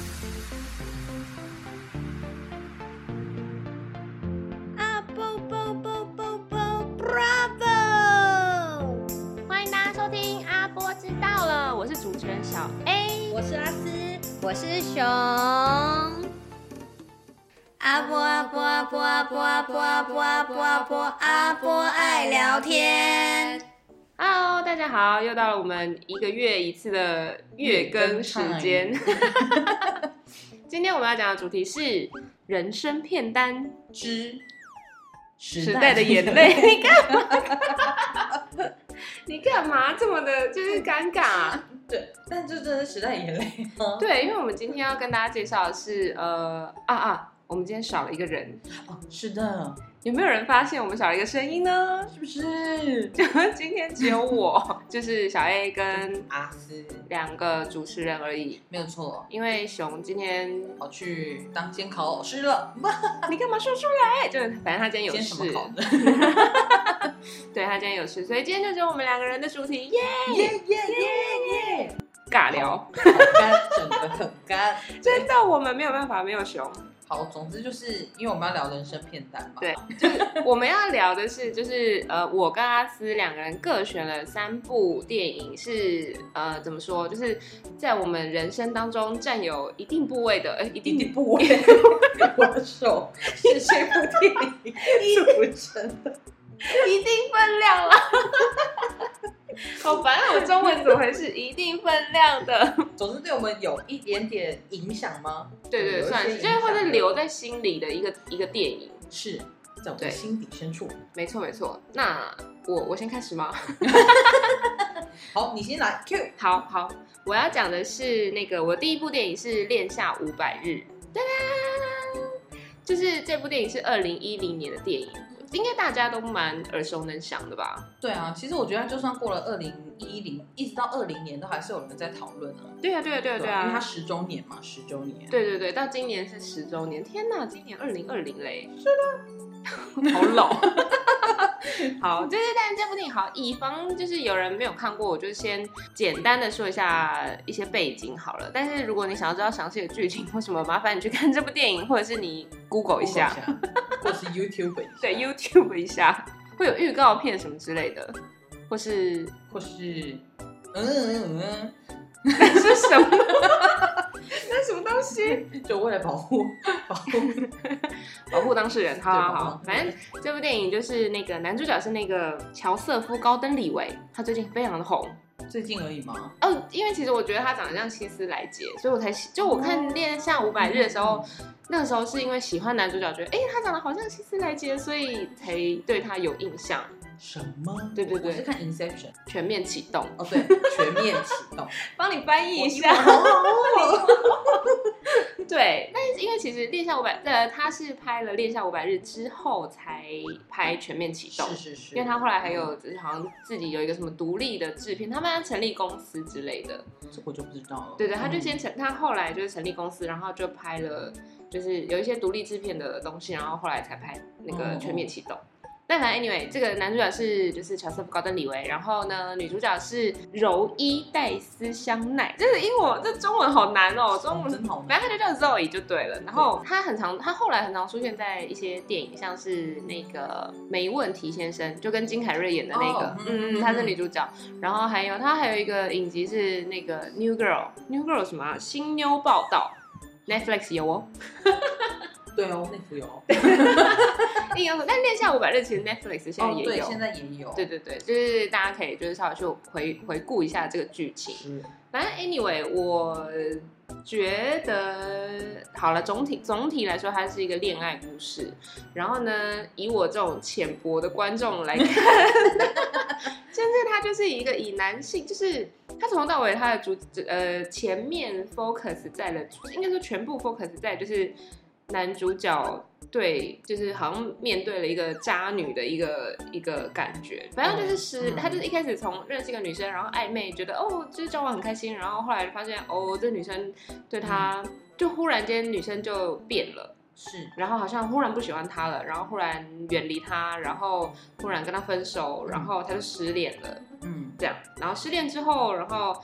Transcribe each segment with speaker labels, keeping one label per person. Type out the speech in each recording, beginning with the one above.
Speaker 1: 啊
Speaker 2: 主持人小 A，
Speaker 1: 我是阿斯，
Speaker 2: 我是熊。阿
Speaker 1: 波阿波阿波阿波阿波阿波阿波阿波阿波爱聊天。
Speaker 2: Hello，大家好，又到了我们一个月一次的月更时间。 今天我们要讲的主题是人生片单之
Speaker 1: 时
Speaker 2: 时代的眼 泪。你干嘛？你干嘛这么的，就是尴尬、啊
Speaker 1: 对，但这真的是时代眼泪哦吗？
Speaker 2: 对，因为我们今天要跟大家介绍的是，呃，啊啊，我们今天少了一个人，
Speaker 1: 哦，是的，
Speaker 2: 有没有人发现我们少了一个声音呢？
Speaker 1: 是不是？
Speaker 2: 今天只有我， 就是小 A 跟
Speaker 1: 阿斯
Speaker 2: 两个主持人而已。
Speaker 1: 没有错，
Speaker 2: 因为熊今天，
Speaker 1: 跑去当监考老师了。
Speaker 2: 你干嘛说出来？就是反正他今天有
Speaker 1: 监什么，
Speaker 2: 事
Speaker 1: 考 的？
Speaker 2: 对他今天有事，所以今天就只有我们两个人的主题耶，
Speaker 1: 耶耶耶耶！
Speaker 2: 尬聊。
Speaker 1: 很干，整个很干。
Speaker 2: 真的，我们没有办法，没有熊。
Speaker 1: 好，总之就是因为我们要聊人生片段嘛。
Speaker 2: 对我们要聊的是，就是呃，我跟阿斯两个人各选了三部电影是，呃怎么说，就是在我们人生当中占有一定部位的，呃，一定
Speaker 1: 一 部位， 我的手是这部电 影组成的。
Speaker 2: 一定分量啦。好烦啊！我中文怎么回事？一定分量的，
Speaker 1: 总之对我们有一点点影响吗？
Speaker 2: 对对，
Speaker 1: 有一些
Speaker 2: 算是，
Speaker 1: 影
Speaker 2: 就
Speaker 1: 响
Speaker 2: 是或者留在心里的一个一个电影。
Speaker 1: 是在我
Speaker 2: 对
Speaker 1: 们心底深处。
Speaker 2: 没错没错，那我我先开始吗？
Speaker 1: 好，你先来 Q。
Speaker 2: 好好，我要讲的是那个我第一部电影是《恋下五百日》，哒哒，就是这部电影是二零一零年的电影，应该大家都蛮耳熟能详的吧？
Speaker 1: 对啊，其实我觉得就算过了二零一零，一直到二零年都还是有人在讨论啊。
Speaker 2: 对啊对啊对啊对
Speaker 1: 因为它
Speaker 2: 啊，
Speaker 1: 十周年嘛，十周年。
Speaker 2: 对对对，到今年是十周年，天哪，今年二零二零嘞，是 的，好 老。好，对对，但是这部电影好，以防就是有人没有看过，我就先简单的说一下一些背景好了。但是如果你想要知道详细的剧情或什么，麻烦你去看这部电影，或者是你 Google 一下，
Speaker 1: Google 一下，或是 YouTube 一下，
Speaker 2: 对 YouTube 一下，会有预告片什么之类的，或是
Speaker 1: 或是嗯嗯嗯
Speaker 2: 那是什么？那什么东西？
Speaker 1: 嗯， 就为了保护保护
Speaker 2: 保护当事人，好好
Speaker 1: 对保护
Speaker 2: 好
Speaker 1: 当，事人
Speaker 2: 反正这部电影就是那个男主角是那个乔瑟夫·高登·李维，他最近非常的红。
Speaker 1: 最近而已嘛。
Speaker 2: 哦，因为其实我觉得他长得像希斯莱杰，所以我才喜就我看《恋下五百日》的时候，那个时候是因为喜欢男主角，觉得哎、诶他长得好像希斯莱杰，所以才对他有印象，
Speaker 1: 嗯什么？
Speaker 2: 对对对
Speaker 1: 我是看 Inception。
Speaker 2: 全面启动。
Speaker 1: 哦， 对，全面启动。
Speaker 2: 帮你翻译一下，哦对，但是因为其实《恋下五百》呃，他是拍了《恋下五百日》之后才拍全面启动
Speaker 1: 是，是是，
Speaker 2: 因为他后来还有就是好像自己有一个什么独立的制片，他们要成立公司之类的，
Speaker 1: 这我就不知道了。
Speaker 2: 对对，他就
Speaker 1: 嗯
Speaker 2: 先成，他后来就是成立公司，然后就拍了，就是有一些独立制片的东西，然后后来才拍那个
Speaker 1: 哦
Speaker 2: 《全面启动》但反正 anyway，这个男主角是就是乔瑟夫·高登·李维，然后呢，女主角是柔伊·戴斯·香奈，这是英文，这中文好难哦，中
Speaker 1: 哦
Speaker 2: 文。
Speaker 1: 真好难
Speaker 2: 反正他就叫 Zoe 就对了，然后他很常，他后来很常出现在一些电影，像是那个《没问题先生》，就跟金凯瑞演的那个，
Speaker 1: 哦嗯
Speaker 2: 嗯
Speaker 1: 嗯
Speaker 2: 嗯，她是
Speaker 1: 嗯
Speaker 2: 女主角。然后还有她还有一个影集是那个 New Girl，New Girl 什么啊、新妞报道，Netflix 有哦。
Speaker 1: 对哦，那幅有哦，
Speaker 2: 另一个但《恋下五百日》其实 Netflix
Speaker 3: 哦
Speaker 2: 现在也
Speaker 1: 哦对，
Speaker 2: 有。
Speaker 1: 现在也有，
Speaker 2: 对对对，就是大家可以就是稍微去回回顾一下这个剧情。
Speaker 1: 是，
Speaker 2: 反正 anyway，我觉得好了，总体总体来说，它是一个恋爱故事。然后呢，以我这种浅薄的观众来看， 就是它就是一个以男性，就是它从头到尾它的主呃前面 focus 在了，应该说全部 focus 在就是男主角。对，就是好像面对了一个渣女的一个一个感觉，反正就是是、
Speaker 1: 嗯
Speaker 2: 他就是一开始从认识一个女生，然后暧昧，觉得哦，就是交往很开心，然后后来发现哦，这女生对他、
Speaker 1: 嗯
Speaker 2: 就忽然间女生就变了。
Speaker 1: 是，
Speaker 2: 然后好像忽然不喜欢他了，然后忽然远离他，然后忽然跟他分手，
Speaker 1: 嗯
Speaker 2: 然后他就失恋了，
Speaker 1: 嗯，
Speaker 2: 这样。然后失恋之后，然后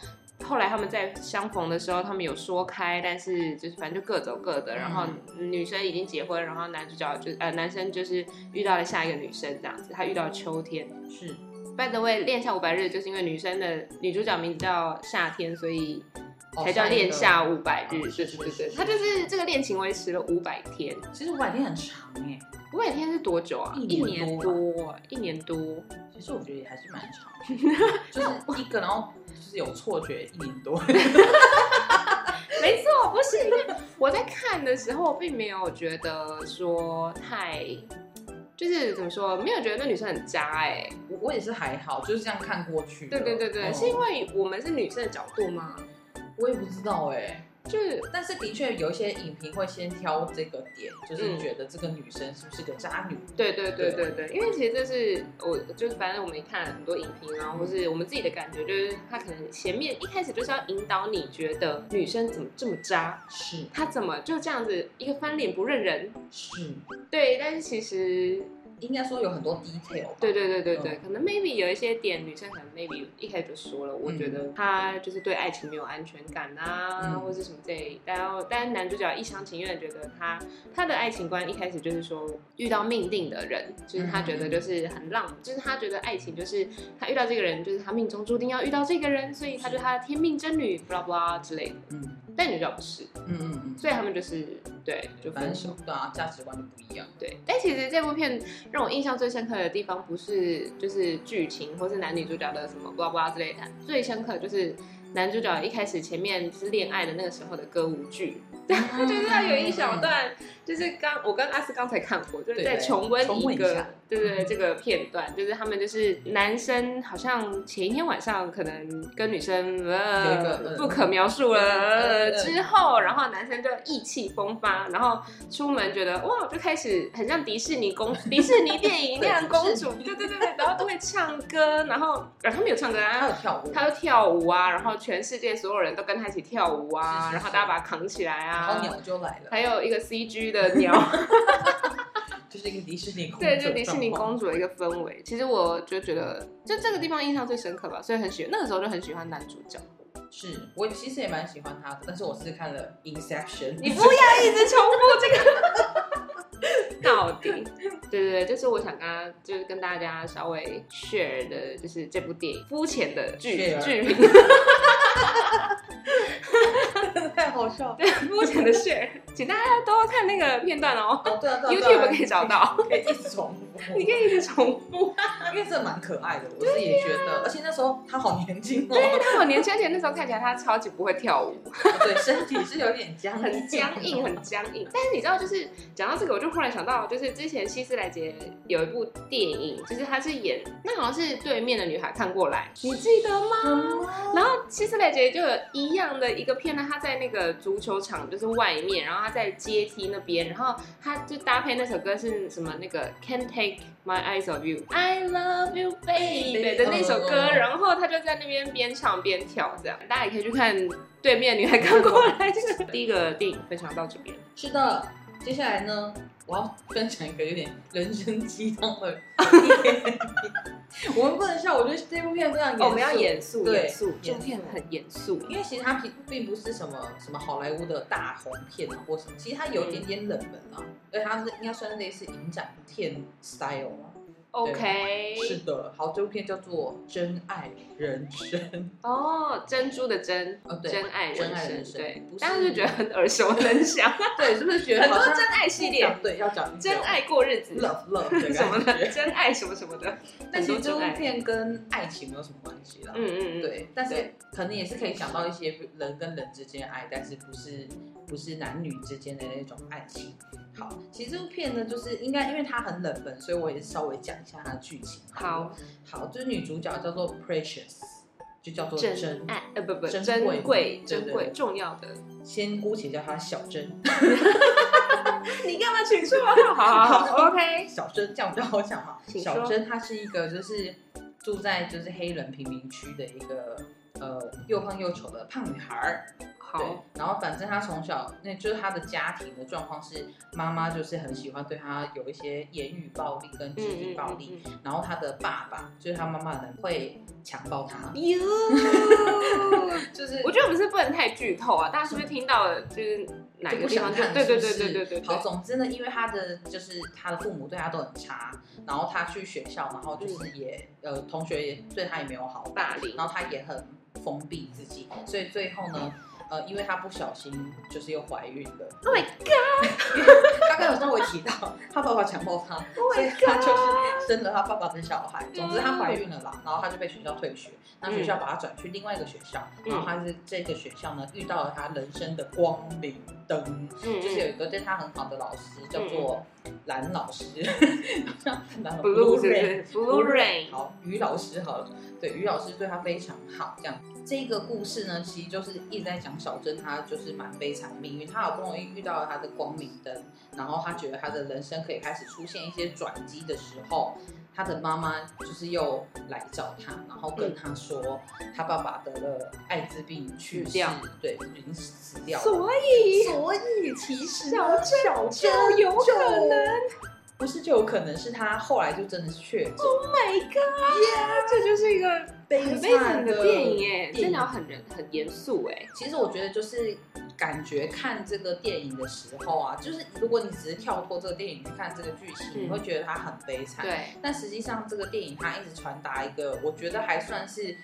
Speaker 2: 后来他们在相逢的时候，他们有说开，但是就是反正就各走各的。
Speaker 1: 嗯
Speaker 2: 然后女生已经结婚，然后男主角就呃男生就是遇到了下一个女生这样子，他遇到了秋天。
Speaker 1: 是，
Speaker 2: By the way，恋夏五百日就是因为女生的女主角名字叫夏天，所以
Speaker 3: 哦
Speaker 2: 才叫恋夏五百日。对
Speaker 3: 是是
Speaker 2: 对
Speaker 3: 是
Speaker 2: 对，
Speaker 3: 是
Speaker 2: 它就是这个恋情维持了五百天。
Speaker 3: 其实五百天很长哎、
Speaker 2: 五百天是多久啊？
Speaker 3: 一
Speaker 2: 一
Speaker 3: 年
Speaker 2: 年
Speaker 3: 多吧啊
Speaker 2: 多，一年多。
Speaker 3: 其实我觉得也还是蛮长 的，就是一个，然后就是有错觉一年 多。
Speaker 2: 没错，不是因为我在看的时候，并没有觉得说太，就是怎么说，没有觉得那女生很渣哎、
Speaker 3: 我我也是还好，就是这样看过去的。
Speaker 2: 对对对对，
Speaker 3: 嗯
Speaker 2: 是因为我们是女生的角度吗？
Speaker 3: 我也不知道哎、
Speaker 2: 就是
Speaker 3: 但是的确有一些影评会先挑这个点，就是
Speaker 2: 嗯
Speaker 3: 觉得这个女生是不是个渣女？
Speaker 2: 对对对对对，因为其实这是我就是反正我们也看了很多影评啊，或是我们自己的感觉，就是他可能前面一开始就是要引导你觉得女生怎么这么渣，
Speaker 3: 是
Speaker 2: 她怎么就这样子一个翻脸不认人？
Speaker 3: 是，
Speaker 2: 对，但是其实
Speaker 3: 应该说有很多 detail 吧。
Speaker 2: 对对对对对，可能 maybe 有一些点，女生可能 maybe 一开始就说了，我
Speaker 3: 嗯
Speaker 2: 觉得她就是对爱情没有安全感啊，
Speaker 3: 嗯
Speaker 2: 或是什么这一，然后但男主角一厢情愿地觉得他他的爱情观一开始就是说遇到命定的人，就是他觉得就是很浪，就是他觉得爱情就是他遇到这个人，就是他命中注定要遇到这个人，所以他就是他的天命真女，blah blah 之类的。
Speaker 3: 嗯
Speaker 2: 但女主角不是，
Speaker 3: 嗯嗯
Speaker 2: 所以他们就是对就
Speaker 3: 嗯，
Speaker 2: 分
Speaker 3: 反
Speaker 2: 手。
Speaker 3: 正对啊，价值观就不一样。
Speaker 2: 对，但其实这部片让我印象最深刻的地方，不是就是剧情或是男女主角的什么哇哇之类的，最深刻就是男主角一开始前面是恋爱的那个时候的歌舞剧，
Speaker 3: 嗯
Speaker 2: 就是他有一小段，就是刚我跟阿斯刚才看过，就是在重温
Speaker 3: 重温
Speaker 2: 一
Speaker 3: 一
Speaker 2: 个
Speaker 3: 下
Speaker 2: 对对对这个片段，就是他们就是男生好像前一天晚上可能跟女生
Speaker 3: 有一个
Speaker 2: 呃
Speaker 3: 嗯
Speaker 2: 不可描述了
Speaker 3: 嗯
Speaker 2: 呃
Speaker 3: 嗯嗯
Speaker 2: 之后，然后男生就意气风发，然后出门觉得哇就开始很像迪士尼 公迪士尼电影那样公主，对对对对，然后都会唱歌，然后呃他们有唱歌啊
Speaker 3: 还，有跳舞，
Speaker 2: 他就跳舞啊，然后全世界所有人都跟他一起跳舞啊，
Speaker 3: 是是是
Speaker 2: 然后大家把他扛起来
Speaker 3: 然后
Speaker 2: 啊，
Speaker 3: 鸟就来了，
Speaker 2: 还有一个 CG 的 鸟，
Speaker 3: 就是一个迪士尼公主
Speaker 2: 对，
Speaker 3: 的状况。
Speaker 2: 就迪士尼公主的一个氛围。其实我就觉得，就这个地方印象最深刻吧，所以很喜那个时候就很喜欢男主角。
Speaker 3: 是我其实也蛮喜欢她的，但是我是看了 Inception，
Speaker 2: 你不 要一直重复这个。到底，对对对，就是我想跟他，就是跟大家稍微 share 的，就是这部电影肤浅的剧
Speaker 3: Share
Speaker 2: 剧评，
Speaker 3: 太好笑了。
Speaker 2: 对肤浅的 share，请大家多看那个片段哦。
Speaker 3: 哦，对啊，对啊
Speaker 2: YouTube 可以找，到
Speaker 3: 对啊可以一直 重复。
Speaker 2: 你可以一直重复。
Speaker 3: 因为这蛮可爱的，我自己觉得，而且那时候她好年轻哦，
Speaker 2: 但他好年轻，而且那时候看起来他超级不会跳舞，
Speaker 3: 对，身体是有点僵硬，
Speaker 2: 很僵硬，很僵硬。但是你知道，就是讲到这个，我就忽然想到，就是之前希斯莱杰有一部电影，就是他是演那好像是对面的女孩看过来，你记得吗？然后希斯莱杰就有一样的一个片段，他在那个足球场就是外面，然后他在阶梯那边，然后他就搭配那首歌是什么？那个 Can't Take My Eyes Off You，I Love You Baby 的那首歌，
Speaker 3: 嗯
Speaker 2: 然后他就在那边边唱边跳，这样大家也可以去看对面女孩看过
Speaker 3: 哦
Speaker 2: 来，这个第一个电影分享到这边，
Speaker 3: 是的，接下来呢，我要分享一个有点人生鸡汤的 电影。 我们不能笑，我觉得这部片非常严肃。
Speaker 2: 哦我们要严肃，
Speaker 3: 对
Speaker 2: 严肃，这
Speaker 3: 严肃
Speaker 2: 部片很严肃，
Speaker 3: 因为其实它并并不是什么什么好莱坞的大红片啊，或什么，其实它有一点点冷门啊，而且它是应该算是类似影展片 style 啊。
Speaker 2: OK，
Speaker 3: 是的，好，这部片叫做《真爱人生》。
Speaker 2: 哦，珍珠的珍，
Speaker 3: 哦，对，
Speaker 2: 真爱
Speaker 3: 真
Speaker 2: 人
Speaker 3: 爱
Speaker 2: 生，
Speaker 3: 人生
Speaker 2: 对
Speaker 3: 不，是
Speaker 2: 大家就觉得很耳熟能详，
Speaker 3: 对，是不是觉得
Speaker 2: 很
Speaker 3: 好
Speaker 2: 多
Speaker 3: 像
Speaker 2: 真爱系列，
Speaker 3: 对，要讲
Speaker 2: 真爱过日子
Speaker 3: love love 的感
Speaker 2: 什么的，
Speaker 3: 觉
Speaker 2: 真爱什么什么的，
Speaker 3: 但其实
Speaker 2: 很
Speaker 3: 这
Speaker 2: 多真爱
Speaker 3: 部片跟爱情没有什么关系啦。
Speaker 2: 嗯嗯嗯，
Speaker 3: 对，但是
Speaker 2: 对
Speaker 3: 可能也是可以想到一些人跟人之间的爱，但是不是不是男女之间的那种爱情。好，其实这部片呢，就是应该因为它很冷门，所以我也稍微讲一下它的剧情。
Speaker 2: 好，
Speaker 3: 好，就是女主角叫做 Precious，就叫做
Speaker 2: 真
Speaker 3: 珍，
Speaker 2: 爱，呃，不不，
Speaker 3: 珍
Speaker 2: 珍
Speaker 3: 贵
Speaker 2: 贵，
Speaker 3: 对
Speaker 2: 珍
Speaker 3: 对
Speaker 2: 贵，
Speaker 3: 对
Speaker 2: 重要 的，
Speaker 3: 先姑且叫她小 珍。
Speaker 2: 你干嘛取绰号？好好好，OK，
Speaker 3: 小珍，这样我比较好讲哈。
Speaker 2: 请
Speaker 3: 小
Speaker 2: 说
Speaker 3: 珍她是一个就是住在就是黑人贫民区的一个呃又胖又丑的胖女孩儿，对
Speaker 2: 好，，
Speaker 3: 然后反正他从小，那就是他的家庭的状况是，妈妈就是很喜欢对他有一些言语暴力跟肢体暴力，
Speaker 2: 嗯嗯
Speaker 3: 然后他的爸爸就是他妈妈可能会强暴他，
Speaker 2: 哟，
Speaker 3: 就 是
Speaker 2: 我觉得我们是不能太剧透啊，大家是不是听到了就是哪
Speaker 3: 就
Speaker 2: 个
Speaker 3: 不
Speaker 2: 地
Speaker 3: 想
Speaker 2: 方就
Speaker 3: 看
Speaker 2: 对对
Speaker 3: 是
Speaker 2: 对
Speaker 3: 不
Speaker 2: 对
Speaker 3: 是
Speaker 2: 对对
Speaker 3: 好，
Speaker 2: 对，
Speaker 3: 总之呢，因为他的就是他的父母对他都很差，然后他去学校，然后就是
Speaker 2: 嗯
Speaker 3: 也、呃同学也对他也没有好感，
Speaker 2: 霸凌
Speaker 3: 然后他也很封闭自己，所以最后呢。呃，因为他不小心就是又怀孕了。
Speaker 2: Oh my
Speaker 3: god！刚刚有稍微提到他爸爸强暴他
Speaker 2: Oh
Speaker 3: 所以他就是生了他爸爸的小孩。总之，
Speaker 2: 嗯
Speaker 3: 她怀孕了啦，然后她就被学校退学，那学校把她转去另外一个学校，
Speaker 2: 嗯
Speaker 3: 然后她是这个学校呢遇到了她人生的光明灯，
Speaker 2: 嗯
Speaker 3: 就是有
Speaker 2: 嗯
Speaker 3: 一个对她很好的老师叫做蓝老师， 蓝老
Speaker 2: blue 是不
Speaker 3: Rain
Speaker 2: 是 blue rain？
Speaker 3: 好，于老师好了，对，于老师对他非常好，这样。这个故事呢，其实就是一直在讲小珍，她就是蛮悲惨的命运，她好不容易遇到了她的光明灯，然后她觉得她的人生可以开始出现一些转机的时候，她的妈妈就是又来找她，然后跟她说，她爸爸得了艾滋病去
Speaker 2: 死
Speaker 3: 世
Speaker 2: 掉，
Speaker 3: 对，已经死掉了。
Speaker 2: 所以
Speaker 3: 所以其实呢
Speaker 2: 小郑
Speaker 3: 小
Speaker 2: 就有可能，
Speaker 3: 不是就有可能是他后来就真的是确诊。
Speaker 2: ，Oh my god，这就是一个很悲惨的电影哎，真的要很人很严肃哎，
Speaker 3: 其实我觉得就是感觉看这个电影的时候啊，就是如果你只是跳脱这个电影去看这个剧情，
Speaker 2: 嗯
Speaker 3: 你会觉得它很悲惨。。
Speaker 2: 对，
Speaker 3: 但实际上，这个电影它一直传达一个，我觉得还算是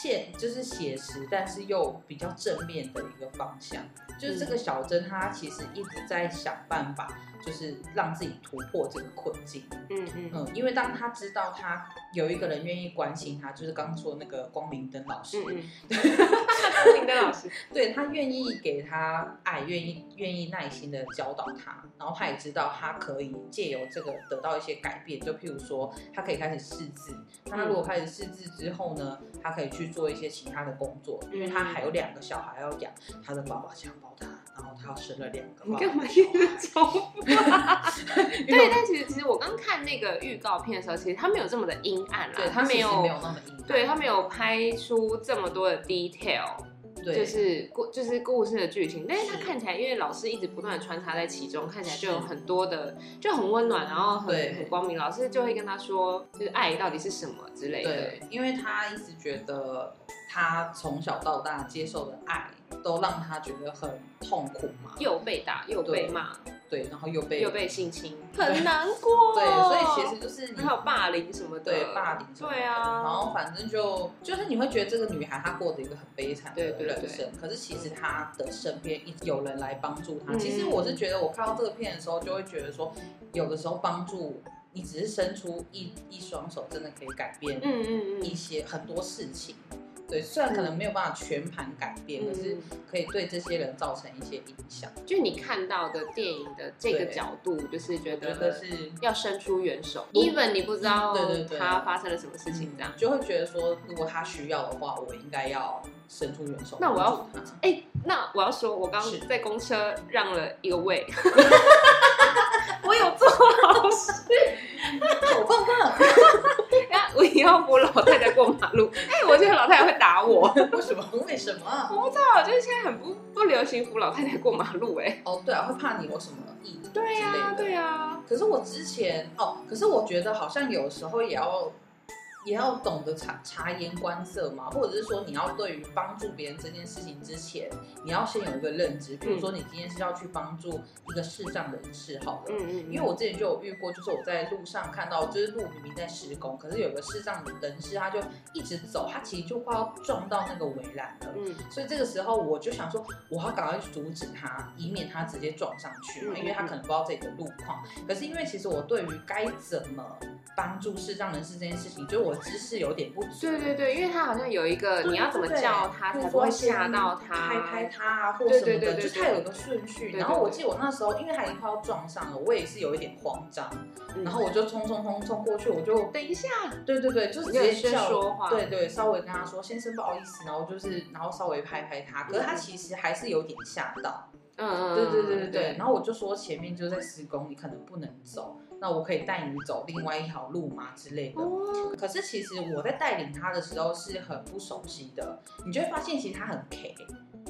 Speaker 3: 现就是写实，但是又比较正面的一个方向。就是这
Speaker 2: 嗯
Speaker 3: 个小珍，她其实一直在想办法，就是让自己突破这个困境。
Speaker 2: 嗯嗯
Speaker 3: 嗯，因为当她知道她有一个人愿意关心她，就是刚说那个光明灯老师，
Speaker 2: 嗯嗯，林丹老 师，
Speaker 3: 对他愿意给他爱，愿意愿意耐心的教导他，然后他也知道他可以借由这个得到一些改变，就譬如说他可以开始识字，那他如
Speaker 2: 嗯
Speaker 3: 果开始识字之后呢，他可以去做一些其他的工作，
Speaker 2: 嗯
Speaker 3: 因为他还有两个小孩要养，他的爸爸强暴他，然后他生了两个
Speaker 2: 你
Speaker 3: 爸
Speaker 2: 干
Speaker 3: 爸
Speaker 2: 嘛
Speaker 3: 的
Speaker 2: 一
Speaker 3: 小
Speaker 2: 直
Speaker 3: 孩，
Speaker 2: 走？
Speaker 3: 因为
Speaker 2: 对，但其实其实我刚看那个预告片的时候，其实它没有这么的阴暗啦，啊
Speaker 3: 对
Speaker 2: 它没
Speaker 3: 其实没
Speaker 2: 有，
Speaker 3: 有那么硬，
Speaker 2: 对它没有拍出这么多的 detail，
Speaker 3: 对
Speaker 2: 就是故就是故事的剧情，但是它
Speaker 3: 是
Speaker 2: 看起来，因为老师一直不断的穿插在其中，看起来就有很多的就很温暖，然后很
Speaker 3: 对
Speaker 2: 很光明。老师就会跟他说，就是爱到底是什么之类的
Speaker 3: 对。，因为他一直觉得他从小到大接受的爱都让他觉得很痛苦嘛，
Speaker 2: 又被打，又
Speaker 3: 对
Speaker 2: 被骂，
Speaker 3: 对，然后又被
Speaker 2: 又被性侵，
Speaker 3: 对
Speaker 2: 很难过。
Speaker 3: 对，所以其实就是你
Speaker 2: 还有霸凌什么的，
Speaker 3: 对霸凌什么的
Speaker 2: 对啊
Speaker 3: 然后反正就就是你会觉得这个女孩她过着一个很悲惨的
Speaker 2: 对对对
Speaker 3: 人生，可是其实她的身边一直有人来帮助她。
Speaker 2: 嗯
Speaker 3: 其实我是觉得我看到这个片的时候，就会觉得说，有的时候帮助你只是伸出一一双手，真的可以改变
Speaker 2: 嗯嗯嗯，
Speaker 3: 一些很多事情。对，虽然可
Speaker 2: 嗯
Speaker 3: 能没有办法全盘改变，可是可以对这些人造成一些影响。
Speaker 2: 就你看到的电影的这个
Speaker 3: 对
Speaker 2: 角度，就是觉
Speaker 3: 我觉
Speaker 2: 得
Speaker 3: 得是
Speaker 2: 要伸出援手
Speaker 3: 嗯
Speaker 2: ，even 你不知道
Speaker 3: 对对对
Speaker 2: 他发生了什么事情，这样。
Speaker 3: 就会觉得说，如果他需要的话，我应该要伸出援手。
Speaker 2: 那我要
Speaker 3: 帮助他
Speaker 2: 哎、那我要说，我刚
Speaker 3: 是
Speaker 2: 在公车让了一个位，我有做老师，
Speaker 3: 好棒棒！
Speaker 2: 那我以后扶老太太过马路，哎、我觉得老太太会打我。
Speaker 3: 为什么？ 为什么？
Speaker 2: 我不知道，就是现在很不不流行扶老太太过马路、哎。
Speaker 3: 哦，对啊，会怕你有什么异议？
Speaker 2: 对呀、
Speaker 3: 呀、
Speaker 2: 对啊
Speaker 3: 呀、
Speaker 2: 呀、
Speaker 3: 可是我之前哦，可是我觉得好像有时候也要。也要懂得察察言观色嘛，或者是说你要对于帮助别人这件事情之前，你要先有一个认知。比
Speaker 2: 嗯
Speaker 3: 如说你今天是要去帮助一个视障人士，好了，
Speaker 2: 嗯嗯，
Speaker 3: 因为我之前就有遇过，就是我在路上看到，就是路明明在施工，可是有个视障人士他就一直走，他其实就快要撞到那个围栏了。
Speaker 2: 嗯
Speaker 3: 所以这个时候我就想说，我要赶快去阻止他，以免他直接撞上去嘛，
Speaker 2: 嗯
Speaker 3: 因为他可能不知道自己的路况。可是因为其实我对于该怎么帮助视障人士这件事情，就是我知识有点不足。
Speaker 2: 对对对，因为他好像有一个
Speaker 3: 对
Speaker 2: 你要怎么
Speaker 3: 对对
Speaker 2: 叫他
Speaker 3: 比
Speaker 2: 才
Speaker 3: 如
Speaker 2: 不
Speaker 3: 说
Speaker 2: 会
Speaker 3: 先
Speaker 2: 吓到他，
Speaker 3: 拍拍他啊，或
Speaker 2: 对
Speaker 3: 什
Speaker 2: 对
Speaker 3: 么
Speaker 2: 对
Speaker 3: 的，
Speaker 2: 对
Speaker 3: 就是
Speaker 2: 对
Speaker 3: 它有一个顺序。
Speaker 2: 对
Speaker 3: 然后
Speaker 2: 对
Speaker 3: 我
Speaker 2: 对
Speaker 3: 记得我那时候，因为他已经快要撞上了，我也是有一点慌张，
Speaker 2: 嗯
Speaker 3: 然后我就冲冲冲冲过去，我就
Speaker 2: 等一下，
Speaker 3: 对对对，就是直
Speaker 2: 你有
Speaker 3: 接
Speaker 2: 先
Speaker 3: 叫
Speaker 2: 说话
Speaker 3: 对对，稍微跟他说先生不好意思，然后就是然后稍微拍拍他，可是他其实还是有点吓到。
Speaker 2: 嗯嗯，
Speaker 3: 对对对对对，然后我就说前面就在施工，你可能不能走，那我可以带你走另外一条路嘛之类的。
Speaker 2: 哦，
Speaker 3: 可是其实我在带领他的时候是很不熟悉的，你就会发现其实他很 K，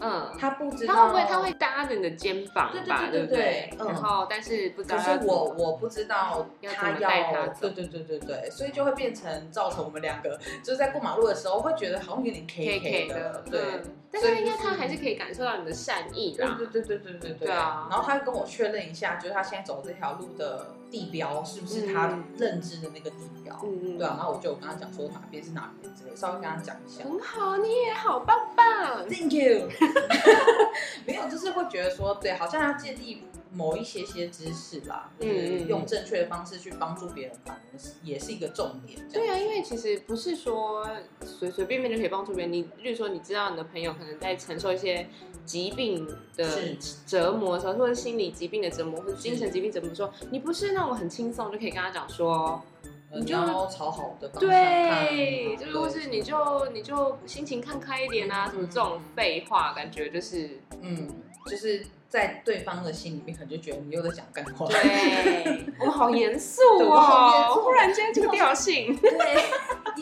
Speaker 2: 嗯，
Speaker 3: 他不知道
Speaker 2: 他会不会他会搭着你的肩膀
Speaker 3: 对对
Speaker 2: 吧，
Speaker 3: 对
Speaker 2: 不
Speaker 3: 对对
Speaker 2: 对？
Speaker 3: 嗯
Speaker 2: 然后但是不知道
Speaker 3: 可
Speaker 2: 要怎
Speaker 3: 是我
Speaker 2: 么，
Speaker 3: 我不知道
Speaker 2: 嗯要
Speaker 3: 他
Speaker 2: 怎么带他走
Speaker 3: 对对对对对，所以就会变成造成我们两个就是在过马路的时候会觉得好像有点 K
Speaker 2: K K
Speaker 3: 的
Speaker 2: 的，，
Speaker 3: 对。
Speaker 2: 嗯但
Speaker 3: 所以
Speaker 2: 是
Speaker 3: 就
Speaker 2: 应该他
Speaker 3: 是
Speaker 2: 还是可以感受到你的善意
Speaker 3: 对
Speaker 2: 啦。
Speaker 3: 对对对对对对
Speaker 2: 对啊
Speaker 3: 然后他跟我确认一下，就是他现在走这条路的地标是不是他
Speaker 2: 嗯
Speaker 3: 认知的那个地标？
Speaker 2: 嗯
Speaker 3: 对啊，然后我就跟他讲说哪边是哪边之类，稍微跟他讲一下。
Speaker 2: 很好，啊你也好棒棒。
Speaker 3: Thank you 。 没有，就是会觉得说，对，好像要建立某一些些知识啦，就是
Speaker 2: 嗯嗯嗯
Speaker 3: 用正确的方式去帮助别人，反正是也是一个重点。这
Speaker 2: 对
Speaker 3: 样
Speaker 2: 啊，因为其实不是说随随便便就可以帮助别人。你，例如说，你知道你的朋友可能在承受一些疾病的
Speaker 3: 是
Speaker 2: 折磨的时候，或者心理疾病的折磨，或者精神
Speaker 3: 是
Speaker 2: 疾病折磨的时候，你不是那种很轻松就可以跟他讲说，
Speaker 3: 呃
Speaker 2: 你
Speaker 3: 你
Speaker 2: 就
Speaker 3: 要朝好的方向看
Speaker 2: 对，
Speaker 3: 啊
Speaker 2: 就是或是你就你就心情看开一点啊，什么这种废话，感觉就是
Speaker 3: 嗯，就是在对方的心里面，可能就觉得你又在讲干话。
Speaker 2: 对， 我们好严肃
Speaker 3: 对我们好严
Speaker 2: 哦
Speaker 3: 肃，
Speaker 2: 忽然间这个调性，
Speaker 3: 对，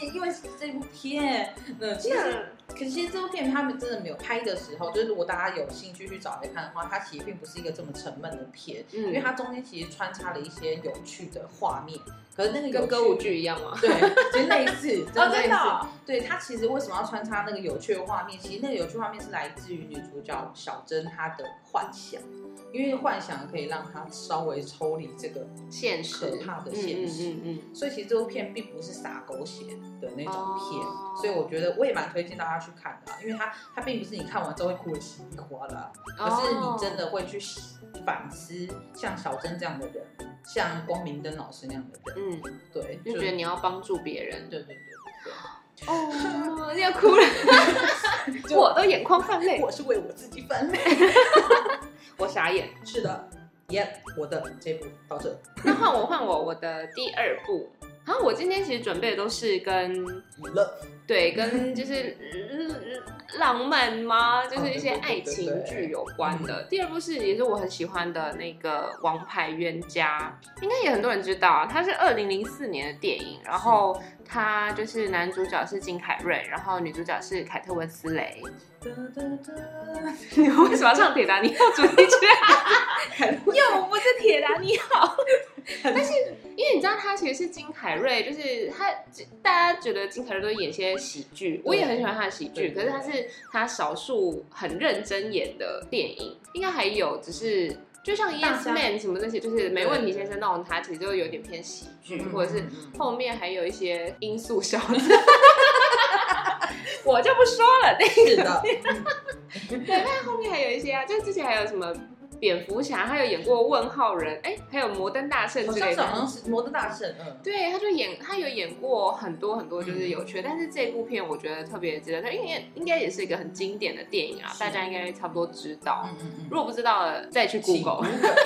Speaker 3: 也因为是这部片，那 其实，
Speaker 2: 嗯
Speaker 3: 可是其实这部片他们真的没有拍的时候，就是如果大家有兴趣去找来看的话，它其实并不是一个这么沉闷的片，因为它
Speaker 2: 嗯
Speaker 3: 中间其实穿插了一些有趣的画面，可是那个有
Speaker 2: 跟
Speaker 3: 趣
Speaker 2: 歌舞。剧一样嘛，
Speaker 3: 对，其实类似，真的类似。
Speaker 2: 哦
Speaker 3: 对它其实为什么要穿插那个有趣的画面？其实那个有趣画面是来自于女主角小珍她的幻想，因为幻想可以让她稍微抽离这个
Speaker 2: 现实
Speaker 3: 可怕的现实
Speaker 2: 嗯嗯嗯嗯
Speaker 3: 所以其实这部片并不是撒狗血的那种片，
Speaker 2: 哦
Speaker 3: 所以我觉得我也蛮推荐大家去看的啊、因为它它并不是你看完之后会哭得稀里哗啦，而是
Speaker 2: 哦
Speaker 3: 你真的会去反思像小珍这样的人，像光明灯老师那样的人，
Speaker 2: 嗯，
Speaker 3: 对，
Speaker 2: 就觉得你要帮助别人。
Speaker 3: 对对对对
Speaker 2: 哦， 要哭了，
Speaker 3: 对，
Speaker 2: 我都眼眶泛泪，
Speaker 3: 我是为我自己翻泪，
Speaker 2: 我傻眼。
Speaker 3: 是的。耶、我的这部到这
Speaker 2: 那换我换我，我的第二部。然后我今天其实准备的都是跟
Speaker 3: 娱乐，
Speaker 2: 对跟就是、嗯浪漫吗？就是一些
Speaker 3: 哦对对对
Speaker 2: 爱情剧有关的。第二部是也是我很喜欢的那个《王牌冤家》，应该也很多人知道啊。它是二零零四年的电影，然后它就是男主角是金凯瑞，然后女主角是凯特温斯 雷。
Speaker 3: 哒哒哒
Speaker 2: 你为什么要唱《铁达尼号》主题曲啊？ 又不是《铁达尼号》，但是因为你知道他其实是金凯瑞，就是他大家觉得金凯瑞都演些喜剧，我也很喜欢他的喜
Speaker 3: 对
Speaker 2: 剧，可是他是他少数很认真演的电影，应该还有只是。就像《
Speaker 3: 大
Speaker 2: Yes
Speaker 3: 家
Speaker 2: Man》什么那些，就是没问题先生那种，他其实就有点偏喜剧，或者是
Speaker 3: 嗯嗯嗯
Speaker 2: 后面还有一些因素小 子，我就不说了。 那
Speaker 3: 嗯是的，
Speaker 2: 后面还有一些啊，就是之前还有什么蝙蝠侠，还有演过问号人，哎、还有摩登大圣
Speaker 3: 好
Speaker 2: 之
Speaker 3: 像
Speaker 2: 类
Speaker 3: 是好像
Speaker 2: 的。
Speaker 3: 是摩登大圣，嗯，
Speaker 2: 对，他就演，他有演过很多很多，就是有趣的。但是这部片我觉得特别值得看，因为应该也是一个很经典的电影啊，
Speaker 3: 是
Speaker 2: 大家应该差不多知道。
Speaker 3: 嗯嗯嗯，
Speaker 2: 如果不知道了，再去 Google。
Speaker 3: 请 Google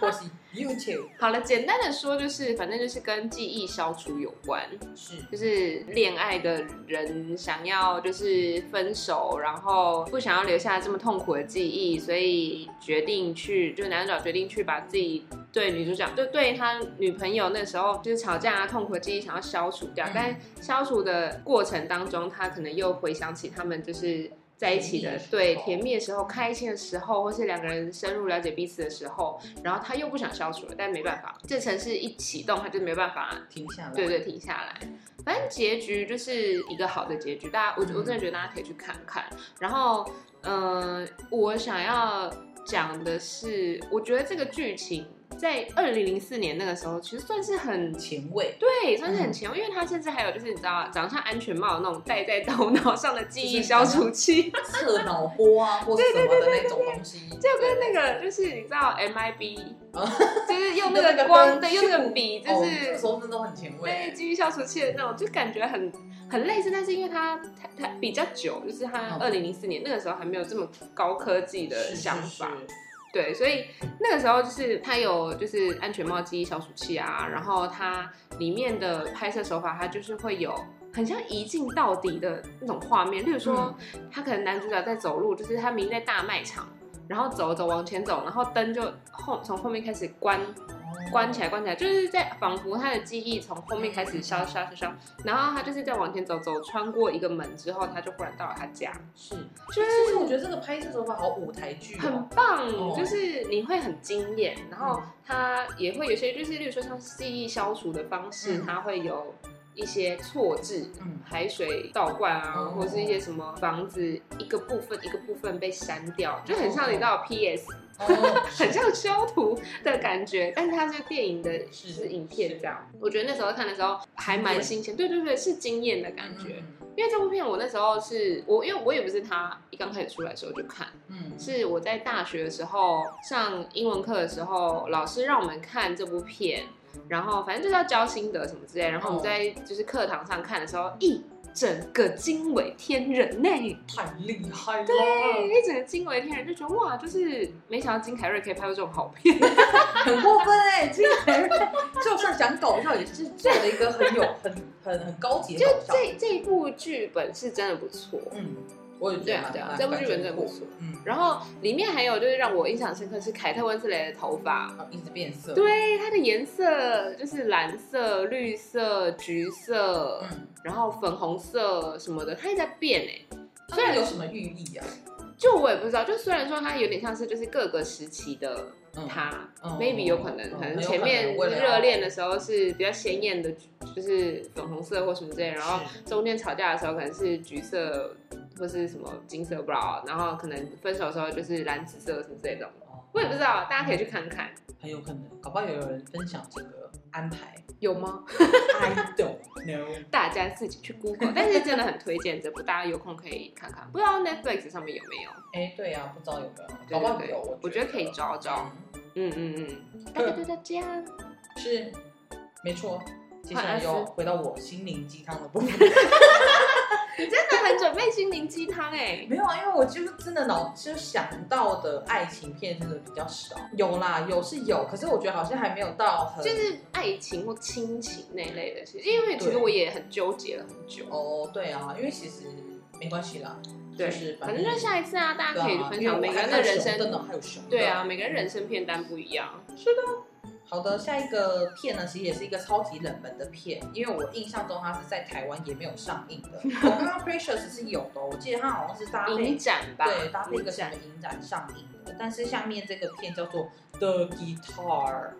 Speaker 3: 或是 YouTube
Speaker 2: 好了，简单的说就是，反正就是跟记忆消除有关。
Speaker 3: 是
Speaker 2: 就是恋爱的人想要就是分手，然后不想要留下这么痛苦的记忆，所以决定去，就是男主角决定去把自己对女主角，就对他女朋友那时候就是吵架啊痛苦的记忆想要消除掉，
Speaker 3: 嗯
Speaker 2: 但消除的过程当中，他可能又回想起他们就是。在一起的
Speaker 3: 甜蜜的时候
Speaker 2: 对甜蜜的时候、开心的时候，或是两个人深入了解彼此的时候，然后他又不想消除了，但没办法，这城市一启动，他就没办法
Speaker 3: 停下来，
Speaker 2: 对对，停下来。反正结局就是一个好的结局，大家我我真的觉得大家可以去看看。然后，嗯、我想要讲的是，我觉得这个剧情在二零零四年那个时候，其实算是很
Speaker 3: 前卫，
Speaker 2: 对，算是很前卫，因为它甚至还有就是你知道，长得像安全帽的那种戴在头脑上的记忆消除 器，
Speaker 3: 侧脑波啊，或是什么的那种东西，
Speaker 2: 就跟那个就是你知道 MIB，
Speaker 3: 哦
Speaker 2: 就是用
Speaker 3: 用
Speaker 2: 那
Speaker 3: 那
Speaker 2: 个
Speaker 3: 个灯
Speaker 2: 光，对，用那个笔，就
Speaker 3: 哦
Speaker 2: 是
Speaker 3: 这时候真的都很前
Speaker 2: 对，
Speaker 3: 卫，欸
Speaker 2: 记忆消除器的那种，就感觉很很类似，但是因为它它它比较久，就是它
Speaker 3: 嗯
Speaker 2: 二零零四年那个时候还没有这么高科技的
Speaker 3: 是
Speaker 2: 想法，，
Speaker 3: 是哦是
Speaker 2: 对，所以那个时候就是它有就是安全帽记忆消除器啊，然后它里面的拍摄手法，它就是会有。很像一镜到底的那种画面，例如说，
Speaker 3: 嗯
Speaker 2: 他可能男主角在走路，就是他明明在大卖场，然后走走往前走，然后灯就后从后面开始关
Speaker 3: 哦
Speaker 2: 关起来，关起来，就是在仿佛他的记忆从后面开始消消消消，然后他就是在往前走走，穿过一个门之后，他就忽然到了他家，
Speaker 3: 是，
Speaker 2: 就
Speaker 3: 其实
Speaker 2: 是
Speaker 3: 我觉得这个拍摄手法好舞台剧、哦，
Speaker 2: 很棒，
Speaker 3: 哦
Speaker 2: 就是你会很惊艳，然后他也会有些就是，例如说像记忆消除的方式，
Speaker 3: 嗯
Speaker 2: 他会有一些错置，
Speaker 3: 嗯，
Speaker 2: 海水倒灌啊，
Speaker 3: 哦
Speaker 2: 或者是一些什么房子一个部分一个部分被删掉，就很像你到 PS，、
Speaker 3: 哦
Speaker 2: 很像修图的感觉，但是它是电影的，
Speaker 3: 是
Speaker 2: 是影片这样。我觉得那时候看的时候还蛮新鲜，对对对，是惊艳的感觉。
Speaker 3: 嗯
Speaker 2: 因为这部片我那时候是我，因为我也不是他一刚开始出来的时候就看，
Speaker 3: 嗯，嗯，
Speaker 2: 是我在大学的时候上英文课的时候，老师让我们看这部片，然后反正就是要教心得什么之类，然后我们
Speaker 3: 哦
Speaker 2: 在就是课堂上看的时候，一整个惊为天人呢、
Speaker 3: 太厉害了，
Speaker 2: 对，一整个惊为天人，就觉得哇，就是没想到金凯瑞可以拍出这种好片，
Speaker 3: 很过分哎、欸，金凯瑞就算讲搞笑也是做了一个很有很很很高级的
Speaker 2: 就
Speaker 3: 搞笑，
Speaker 2: 这这部剧本是真的不错，
Speaker 3: 嗯，我也觉
Speaker 2: 对
Speaker 3: 得
Speaker 2: 啊
Speaker 3: 蛮
Speaker 2: 对啊，
Speaker 3: 蛮
Speaker 2: 这部剧本
Speaker 3: 感
Speaker 2: 真
Speaker 3: 觉
Speaker 2: 的不错。
Speaker 3: 嗯，
Speaker 2: 然后里面还有就是让我印象深刻是凯特温斯雷的头发，
Speaker 3: 然后一直变色，，
Speaker 2: 对，它的颜色就是蓝色、绿色、橘色，
Speaker 3: 嗯，
Speaker 2: 然后粉红色什么的，它也在变哎、虽然
Speaker 3: 那有什么寓意啊？
Speaker 2: 就我也不知道，就虽然说它有点像是就是各个时期的
Speaker 3: 嗯，
Speaker 2: 它、
Speaker 3: 嗯
Speaker 2: m a y b e 有可能，
Speaker 3: 嗯
Speaker 2: 可能
Speaker 3: 很有
Speaker 2: 前面
Speaker 3: 可能为了
Speaker 2: 热恋的时候是比较鲜艳的，就是粉红色或什么之类，然后
Speaker 3: 是
Speaker 2: 中间吵架的时候可能是橘色或是什么金色，不知道，啊然后可能分手的时候就是蓝紫色什么之类的，我也不知道，大家可以去看看，
Speaker 3: 很有可能，搞不好有人分享这个安排
Speaker 2: 有吗？
Speaker 3: ，I don't know，
Speaker 2: 大家自己去 Google，但是真的很推荐这部，大家有空可以看看。不知道 Netflix 上面有没有？
Speaker 3: 哎、对啊，不知道有没有，
Speaker 2: 对
Speaker 3: 搞不好
Speaker 2: 对对
Speaker 3: 有，我
Speaker 2: 我觉得可以找找。
Speaker 3: 嗯
Speaker 2: 嗯嗯嗯，大家都在这样。
Speaker 3: 是，没错。接下来
Speaker 2: 换阿
Speaker 3: 又
Speaker 2: 斯
Speaker 3: 回到我心灵鸡汤的部 分。
Speaker 2: 你真的很准备心灵鸡汤哎。
Speaker 3: 没有啊，因为我就是真的脑就想到的爱情片真的比较少，有啦，有是有，可是我觉得好像还没有到很
Speaker 2: 就是爱情或亲情那一类的事情，因为其实我也很纠结了很久。
Speaker 3: 哦，对啊，因为其实没关系啦，
Speaker 2: 对
Speaker 3: 就是，
Speaker 2: 反正就是下一次啊，大
Speaker 3: 对
Speaker 2: 家可以
Speaker 3: 啊
Speaker 2: 分
Speaker 3: 因为
Speaker 2: 享
Speaker 3: 我
Speaker 2: 每个人
Speaker 3: 还
Speaker 2: 的
Speaker 3: 有
Speaker 2: 人
Speaker 3: 熊的呢
Speaker 2: 生。
Speaker 3: 还有熊的
Speaker 2: 对啊，每个人人生片单不一样。
Speaker 3: 好的，下一个片呢，其实也是一个超级冷门的片，因为我印象中它是在台湾也没有上映 的。我刚刚 Precious 是有的哦，我记得它好像是搭配
Speaker 2: 影展吧，
Speaker 3: 对搭配一
Speaker 2: 影
Speaker 3: 个什么
Speaker 2: 展。
Speaker 3: 影展上映的，但是下面这个片叫做 The Guitar，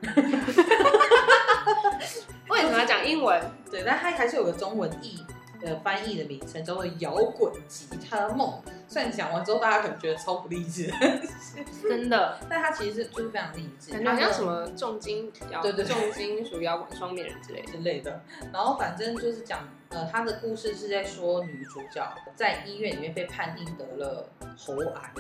Speaker 2: 为什么要讲英文？
Speaker 3: 对，但它还是有个中文译的翻译的名称叫做《摇滚吉他梦》。虽然讲完之后大家可能觉得超不励志，
Speaker 2: 真的，
Speaker 3: 但它其实是就是非常励志，
Speaker 2: 感觉好
Speaker 3: 它
Speaker 2: 像
Speaker 3: 的
Speaker 2: 什么重金摇，
Speaker 3: 对对对
Speaker 2: 重金属摇滚双面人之类的。
Speaker 3: 之类的。然后反正就是讲，呃，他的故事是在说女主角在医院里面被判定得了喉癌，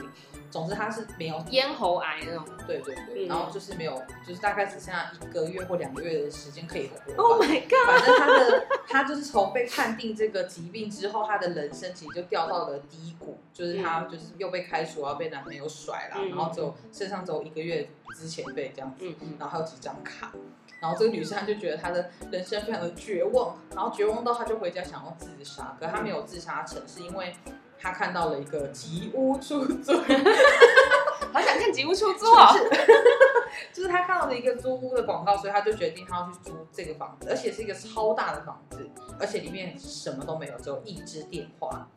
Speaker 3: 总之她是没有，
Speaker 2: 咽喉癌那种。
Speaker 3: 对对对，
Speaker 2: 嗯
Speaker 3: 然后就是没有，就是大概只剩下一个月或两个月的时间可以活吧。
Speaker 2: Oh my god！
Speaker 3: 反正她的她就是从被判定这个疾病之后，她的人生其实就掉到了低谷，就是她就是又被开除啊，被男朋友甩啦，
Speaker 2: 嗯
Speaker 3: 然后只有身上只有一个月之前被这样子。
Speaker 2: 嗯嗯，
Speaker 3: 然后还有几张卡。然后这个女生她就觉得她的人生非常的绝望，然后绝望到她就回家想要自杀，可她没有自杀成，是因为她看到了一个吉屋出租，
Speaker 2: 嗯好想看《吉屋出租》
Speaker 3: 是
Speaker 2: 哦。
Speaker 3: 就是她看到了一个租屋的广告，所以她就决定她要去租这个房子，而且是一个超大的房子，而且里面什么都没有，只有一只电话，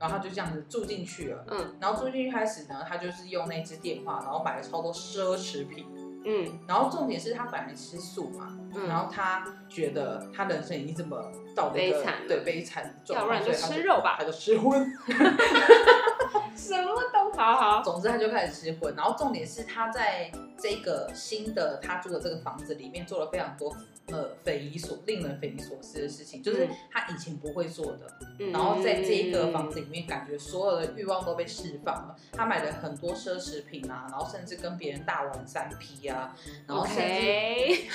Speaker 3: 然后她就这样子住进去了。
Speaker 2: 嗯
Speaker 3: 然后住进去开始呢，她就是用那只电话，然后买了超多奢侈品，
Speaker 2: 嗯
Speaker 3: 然后重点是她本来吃素嘛，
Speaker 2: 嗯，
Speaker 3: 然后他觉得他人生已经这么到了一个
Speaker 2: 悲惨了
Speaker 3: 对悲惨的状
Speaker 2: 要不
Speaker 3: 况，
Speaker 2: 然就
Speaker 3: 所以他
Speaker 2: 吃肉吧
Speaker 3: 他就吃荤。
Speaker 2: 什么都好好。
Speaker 3: 总之他就开始吃荤，然后重点是他在这个新的他住的这个房子里面做了非常多呃匪夷所令人匪夷所思的事情，就是
Speaker 2: 嗯
Speaker 3: 他以前不会做的，
Speaker 2: 嗯
Speaker 3: 然后在这一个房子，里面，感觉所有的欲望都被释放了。他买了很多奢侈品啊，然后甚至跟别人大玩三 P 啊，然后甚至
Speaker 2: OK，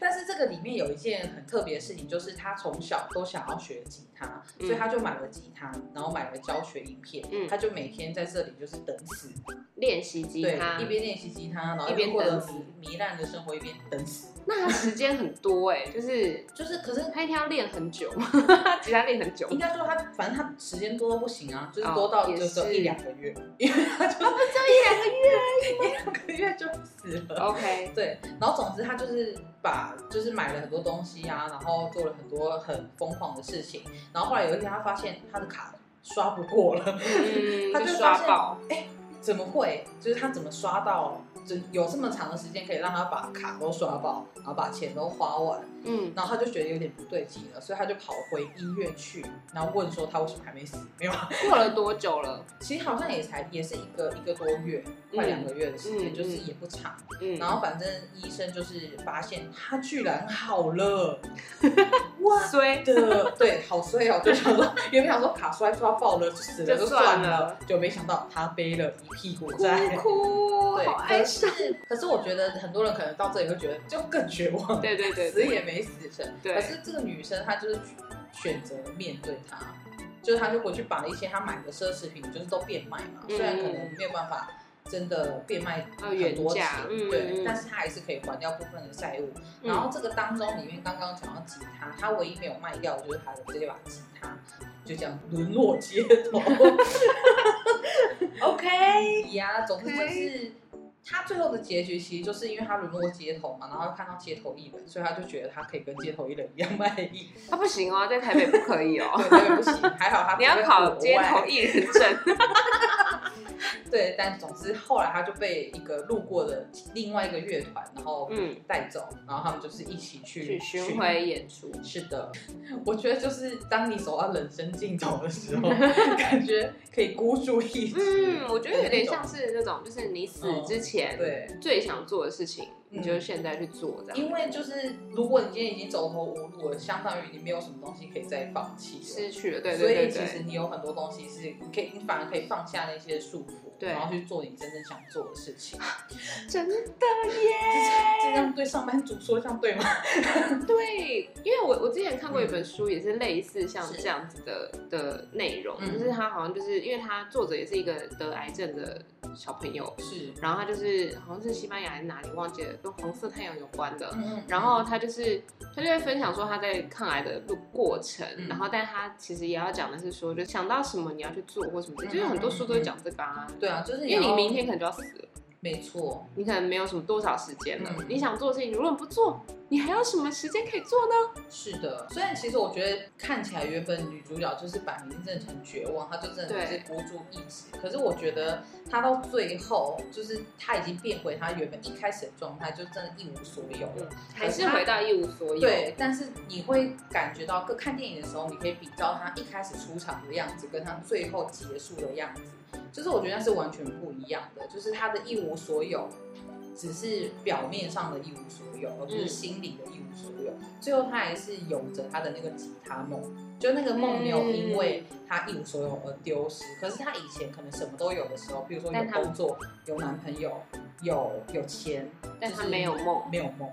Speaker 3: 但是这个里面有一件很特别的事情，就是他从小都想要学吉他，
Speaker 2: 嗯
Speaker 3: 所以他就买了吉他，然后买了教学影片，
Speaker 2: 嗯
Speaker 3: 他就每天在这里就是等死，
Speaker 2: 练习吉
Speaker 3: 对
Speaker 2: 他，
Speaker 3: 一边练习吉他，然后
Speaker 2: 一边
Speaker 3: 过
Speaker 2: 等
Speaker 3: 着
Speaker 2: 死
Speaker 3: 糜烂的生活，一边等死。
Speaker 2: 那他时间很多哎、就是
Speaker 3: 就是，可是
Speaker 2: 他一天要练很久， 吉他练很久
Speaker 3: 应，该说他，反正他时间多到不行啊，就是
Speaker 2: 哦
Speaker 3: 多到
Speaker 2: 也
Speaker 3: 就只有
Speaker 2: 是哦
Speaker 3: 一两个月，因为他就
Speaker 2: 就
Speaker 3: 两个月就死了。
Speaker 2: OK，
Speaker 3: 对，然后总之他就是把就是买了很多东西啊，然后做了很多很疯狂的事情，然后后来有一天他发现他的卡刷不过了，
Speaker 2: 嗯，
Speaker 3: 他就
Speaker 2: 刷
Speaker 3: 发现
Speaker 2: 爆，
Speaker 3: 怎么会？就是他怎么刷到，就有这么长的时间可以让他把卡都刷爆，然后把钱都花完，
Speaker 2: 嗯，
Speaker 3: 然后他就觉得有点不对劲了，所以他就跑回医院去，然后问说他为什么还没死？没有，啊
Speaker 2: 过了多久了？
Speaker 3: 其实好像也才也是一个一个多月，快两个月的时间，
Speaker 2: 嗯嗯
Speaker 3: 就是也不长。
Speaker 2: 嗯，
Speaker 3: 然后反正医生就是发现他居然好了，哇
Speaker 2: 衰，
Speaker 3: 的，对，好衰哦，就想说原本想说卡摔刷爆了，就死了
Speaker 2: 就
Speaker 3: 算
Speaker 2: 算了
Speaker 3: 就没想到他背了一屁股
Speaker 2: 哭
Speaker 3: 债。
Speaker 2: 哭，
Speaker 3: 对
Speaker 2: 好，
Speaker 3: 可
Speaker 2: 哀伤，
Speaker 3: 是可是我觉得很多人可能到这里会觉得就更绝望，
Speaker 2: 对对对
Speaker 3: 死
Speaker 2: 对
Speaker 3: 也没死成。
Speaker 2: 对
Speaker 3: 可是这个女生她就是选择面对她，就是她就回去把一些她买的奢侈品就是都变卖嘛，
Speaker 2: 嗯
Speaker 3: 虽然可能没有办法。真的变卖
Speaker 2: 呃
Speaker 3: 很多
Speaker 2: 原
Speaker 3: 钱
Speaker 2: 价，嗯
Speaker 3: 对，
Speaker 2: 嗯
Speaker 3: 但是她还是可以还掉部分的债务。
Speaker 2: 嗯
Speaker 3: 然后这个当中里面刚刚讲到吉他，她唯一没有卖掉的就是她的这把吉他，就这样沦落街头。
Speaker 2: ，OK，
Speaker 3: 呀，总之就
Speaker 2: OK
Speaker 3: 是他最后的结局，其实就是因为他沦落街头嘛，然后看到街头艺人，所以他就觉得他可以跟街头艺人一样卖艺，
Speaker 2: 他不行哦，在台北不可以 哦，
Speaker 3: 对对不行，还好 他
Speaker 2: 你要
Speaker 3: 不在
Speaker 2: 考
Speaker 3: 国
Speaker 2: 街头
Speaker 3: 外
Speaker 2: 艺人证，
Speaker 3: 对，但总之后来他就被一个路过的另外一个乐团，然后
Speaker 2: 嗯，
Speaker 3: 带走，然后他们就是一起去
Speaker 2: 去巡。回演出，
Speaker 3: 是的，我觉得就是当你走到人生尽头的 时候，感觉可以孤注一掷。
Speaker 2: 嗯，我觉得有点
Speaker 3: 那种
Speaker 2: 像是那种，就是你死之前
Speaker 3: 对，
Speaker 2: 最想做的事情，你
Speaker 3: 嗯
Speaker 2: 就现在去做，这样，
Speaker 3: 因为就是，如果你今天已经走投无路了，相当于你没有什么东西可以再放弃了。
Speaker 2: 失去了，对对对
Speaker 3: 所以其实
Speaker 2: 对，
Speaker 3: 你有很多东西是你可以，你反而可以放下那些束缚，
Speaker 2: 对
Speaker 3: 然后去做你真正想做的事情。
Speaker 2: 真的耶。
Speaker 3: 这样对上班族说这样对吗？
Speaker 2: 对，因为我我之前看过一本书，也是类似像这样子的的内容，
Speaker 3: 嗯
Speaker 2: 就是他好像就是因为他作者也是一个得癌症的小朋友，
Speaker 3: 是，
Speaker 2: 然后他就是好像是西班牙还是哪里忘记了，跟红色太阳有关的。
Speaker 3: 嗯嗯
Speaker 2: 然后他就是他就会分享说他在抗癌的路过程，
Speaker 3: 嗯
Speaker 2: 然后但他其实也要讲的是说，就想到什么你要去做或什么之类，就是很多书都会讲这个啊。
Speaker 3: 对啊，就是
Speaker 2: 因为你
Speaker 3: 要
Speaker 2: 明天可能就要死了，
Speaker 3: 没错，
Speaker 2: 你可能没有什么多少时间了。
Speaker 3: 嗯
Speaker 2: 你想做的事情，如果你不做，你还有什么时间可以做呢？
Speaker 3: 是的。虽然其实我觉得看起来原本女主角就是摆明真的很绝望，她就真的
Speaker 2: 对
Speaker 3: 是孤注一掷。可是我觉得她到最后，就是她已经变回她原本一开始的状态，就真的一无所有了。
Speaker 2: 还是回到一无所有。
Speaker 3: 对，但是你会感觉到，各看电影的时候，你可以比较他一开始出场的样子，跟他最后结束的样子，就是我觉得那是完全不一样的，就是他的一无所有，只是表面上的一无所有，
Speaker 2: 嗯
Speaker 3: 就是心里的一无所有，最后他还是有着他的那个吉他梦。就那个梦没有因为
Speaker 2: 嗯
Speaker 3: 他一无所有而丢失，可是他以前可能什么都有的时候，比如说有
Speaker 2: 但他
Speaker 3: 工作、有男朋友、有有钱，
Speaker 2: 但
Speaker 3: 就是
Speaker 2: 他没有梦
Speaker 3: 没有梦，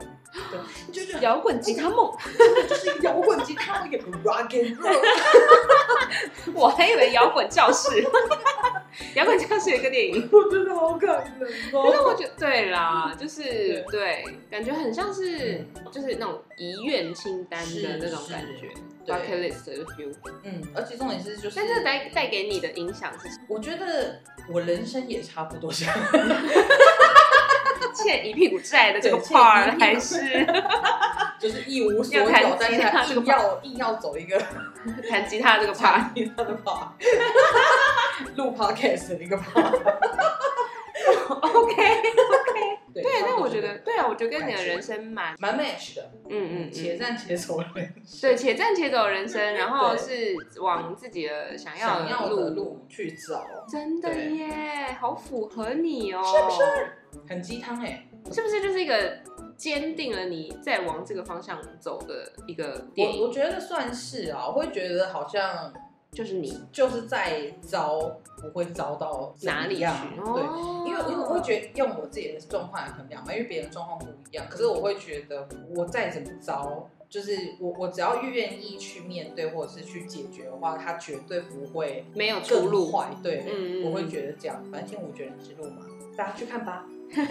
Speaker 3: 对，你就觉得
Speaker 2: 摇滚吉他梦，
Speaker 3: 就是摇滚吉他那个 rock and roll，
Speaker 2: 我还以为摇滚教室， 摇滚教室有一个电 影。
Speaker 3: 我觉得好感人
Speaker 2: 可是
Speaker 3: 哦。
Speaker 2: 我觉得对啦，就是
Speaker 3: 对
Speaker 2: 对，感觉很像是就是那种遗愿清单的
Speaker 3: 是
Speaker 2: 那种
Speaker 3: 是
Speaker 2: 感觉
Speaker 3: 对
Speaker 2: ，bucket list 的 feel。
Speaker 3: 嗯，而且重点是就是，
Speaker 2: 但是带带给你的影响是
Speaker 3: 我觉得我人生也差不多这样，
Speaker 2: 欠一屁股债的这个
Speaker 3: 对欠一屁
Speaker 2: part，
Speaker 3: 股
Speaker 2: 还是
Speaker 3: 就是一无所
Speaker 2: 要
Speaker 3: 有
Speaker 2: 弹，
Speaker 3: 但
Speaker 2: 吉
Speaker 3: 是
Speaker 2: 他
Speaker 3: 还
Speaker 2: 这个
Speaker 3: 硬要硬要走一个
Speaker 2: 弹吉他这个 part？
Speaker 3: 查理他的 part，录 podcast 的一个 part。
Speaker 2: OK OK。
Speaker 3: 对
Speaker 2: 对，但我觉
Speaker 3: 差
Speaker 2: 得
Speaker 3: 不多
Speaker 2: 对啊，我觉得跟你的人生蛮
Speaker 3: 蛮 match 的，
Speaker 2: 嗯嗯嗯
Speaker 3: 且战且走的人，
Speaker 2: 对，且战且走人生，然后是
Speaker 3: 对
Speaker 2: 往自己的想要
Speaker 3: 想要的
Speaker 2: 的路，
Speaker 3: 路去走，
Speaker 2: 真的
Speaker 3: 对
Speaker 2: 耶，好符合你哦，
Speaker 3: 是不是？很鸡汤哎。
Speaker 2: 是？不是就是一个坚定了你再往这个方向走的一个电
Speaker 3: 我
Speaker 2: 影，
Speaker 3: 我觉得算是啊，我会觉得好像
Speaker 2: 就是你
Speaker 3: 就是再糟不会糟到怎么
Speaker 2: 哪里去？
Speaker 3: 样对，
Speaker 2: 哦
Speaker 3: 因为因为我会觉得用我自己的状况来衡量嘛，因为别人状况不一样。可是我会觉得我再怎么糟，就是我我只要愿意去面对或者是去解决的话，它绝对不会
Speaker 2: 没有出
Speaker 3: 更
Speaker 2: 路，
Speaker 3: 坏。对，
Speaker 2: 嗯嗯嗯
Speaker 3: 我会觉得这样，反正我觉得你是路嘛，大家去看吧。
Speaker 2: OK，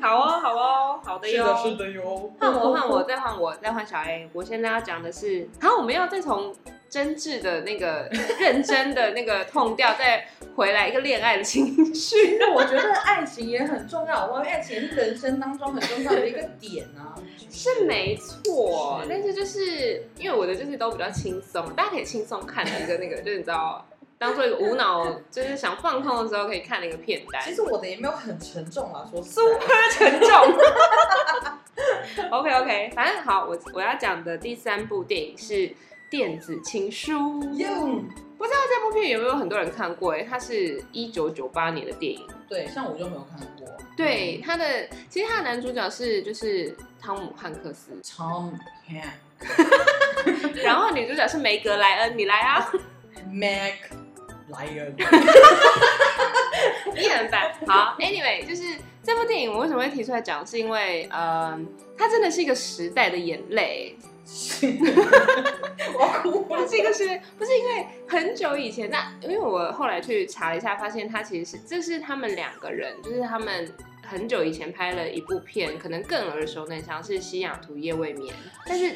Speaker 2: 好哦，好哦，好的
Speaker 3: 是
Speaker 2: 哟。
Speaker 3: 的，是的哟。
Speaker 2: 换我，换 我，再换我，再换小 A。我现在要讲的是，好，我们要再从真挚的那个认真的那个痛调，再回来一个恋爱的情绪。
Speaker 3: 因为我觉得爱情也很重要，我爱情也是人生当中很重要的一个点啊。
Speaker 2: 是没错，
Speaker 3: 是
Speaker 2: 但是就是因为我的就是都比较轻松，大家可以轻松看的一个那个，就是你知道，当做一个无脑，就是想放空的时候可以看的一个片单
Speaker 3: 其。实我的也没有很沉重啊，说实在
Speaker 2: super 沉重。OK OK，反正好，我我要讲的第三部电影是《电子情书》。
Speaker 3: 哟，
Speaker 2: 不知道这部片有没有很多人看过、欸？它是一九九八年的电影。嗯
Speaker 3: 对，像我就没有看过。
Speaker 2: 对，它的其实它的男主角是就是汤姆汉克 斯，
Speaker 3: ，Tom Hanks
Speaker 2: 然后女主角是梅格莱恩，你来 啊，
Speaker 3: Mac Lion，
Speaker 2: 你很烦。好，Anyway，就是这部电影我为什么会提出来讲，是因为呃，它真的是一个时代的眼泪、
Speaker 3: 我哭了。
Speaker 2: 这个是不是因为很久以前？那因为我后来去查了一下，发现他其实是这是他们两个人，就是他们很久以前拍了一部片，可能更耳熟能详是《西雅图夜未眠》，但是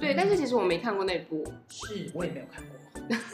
Speaker 2: 对，但是其实我没看过那部，
Speaker 3: 是我也没有看过，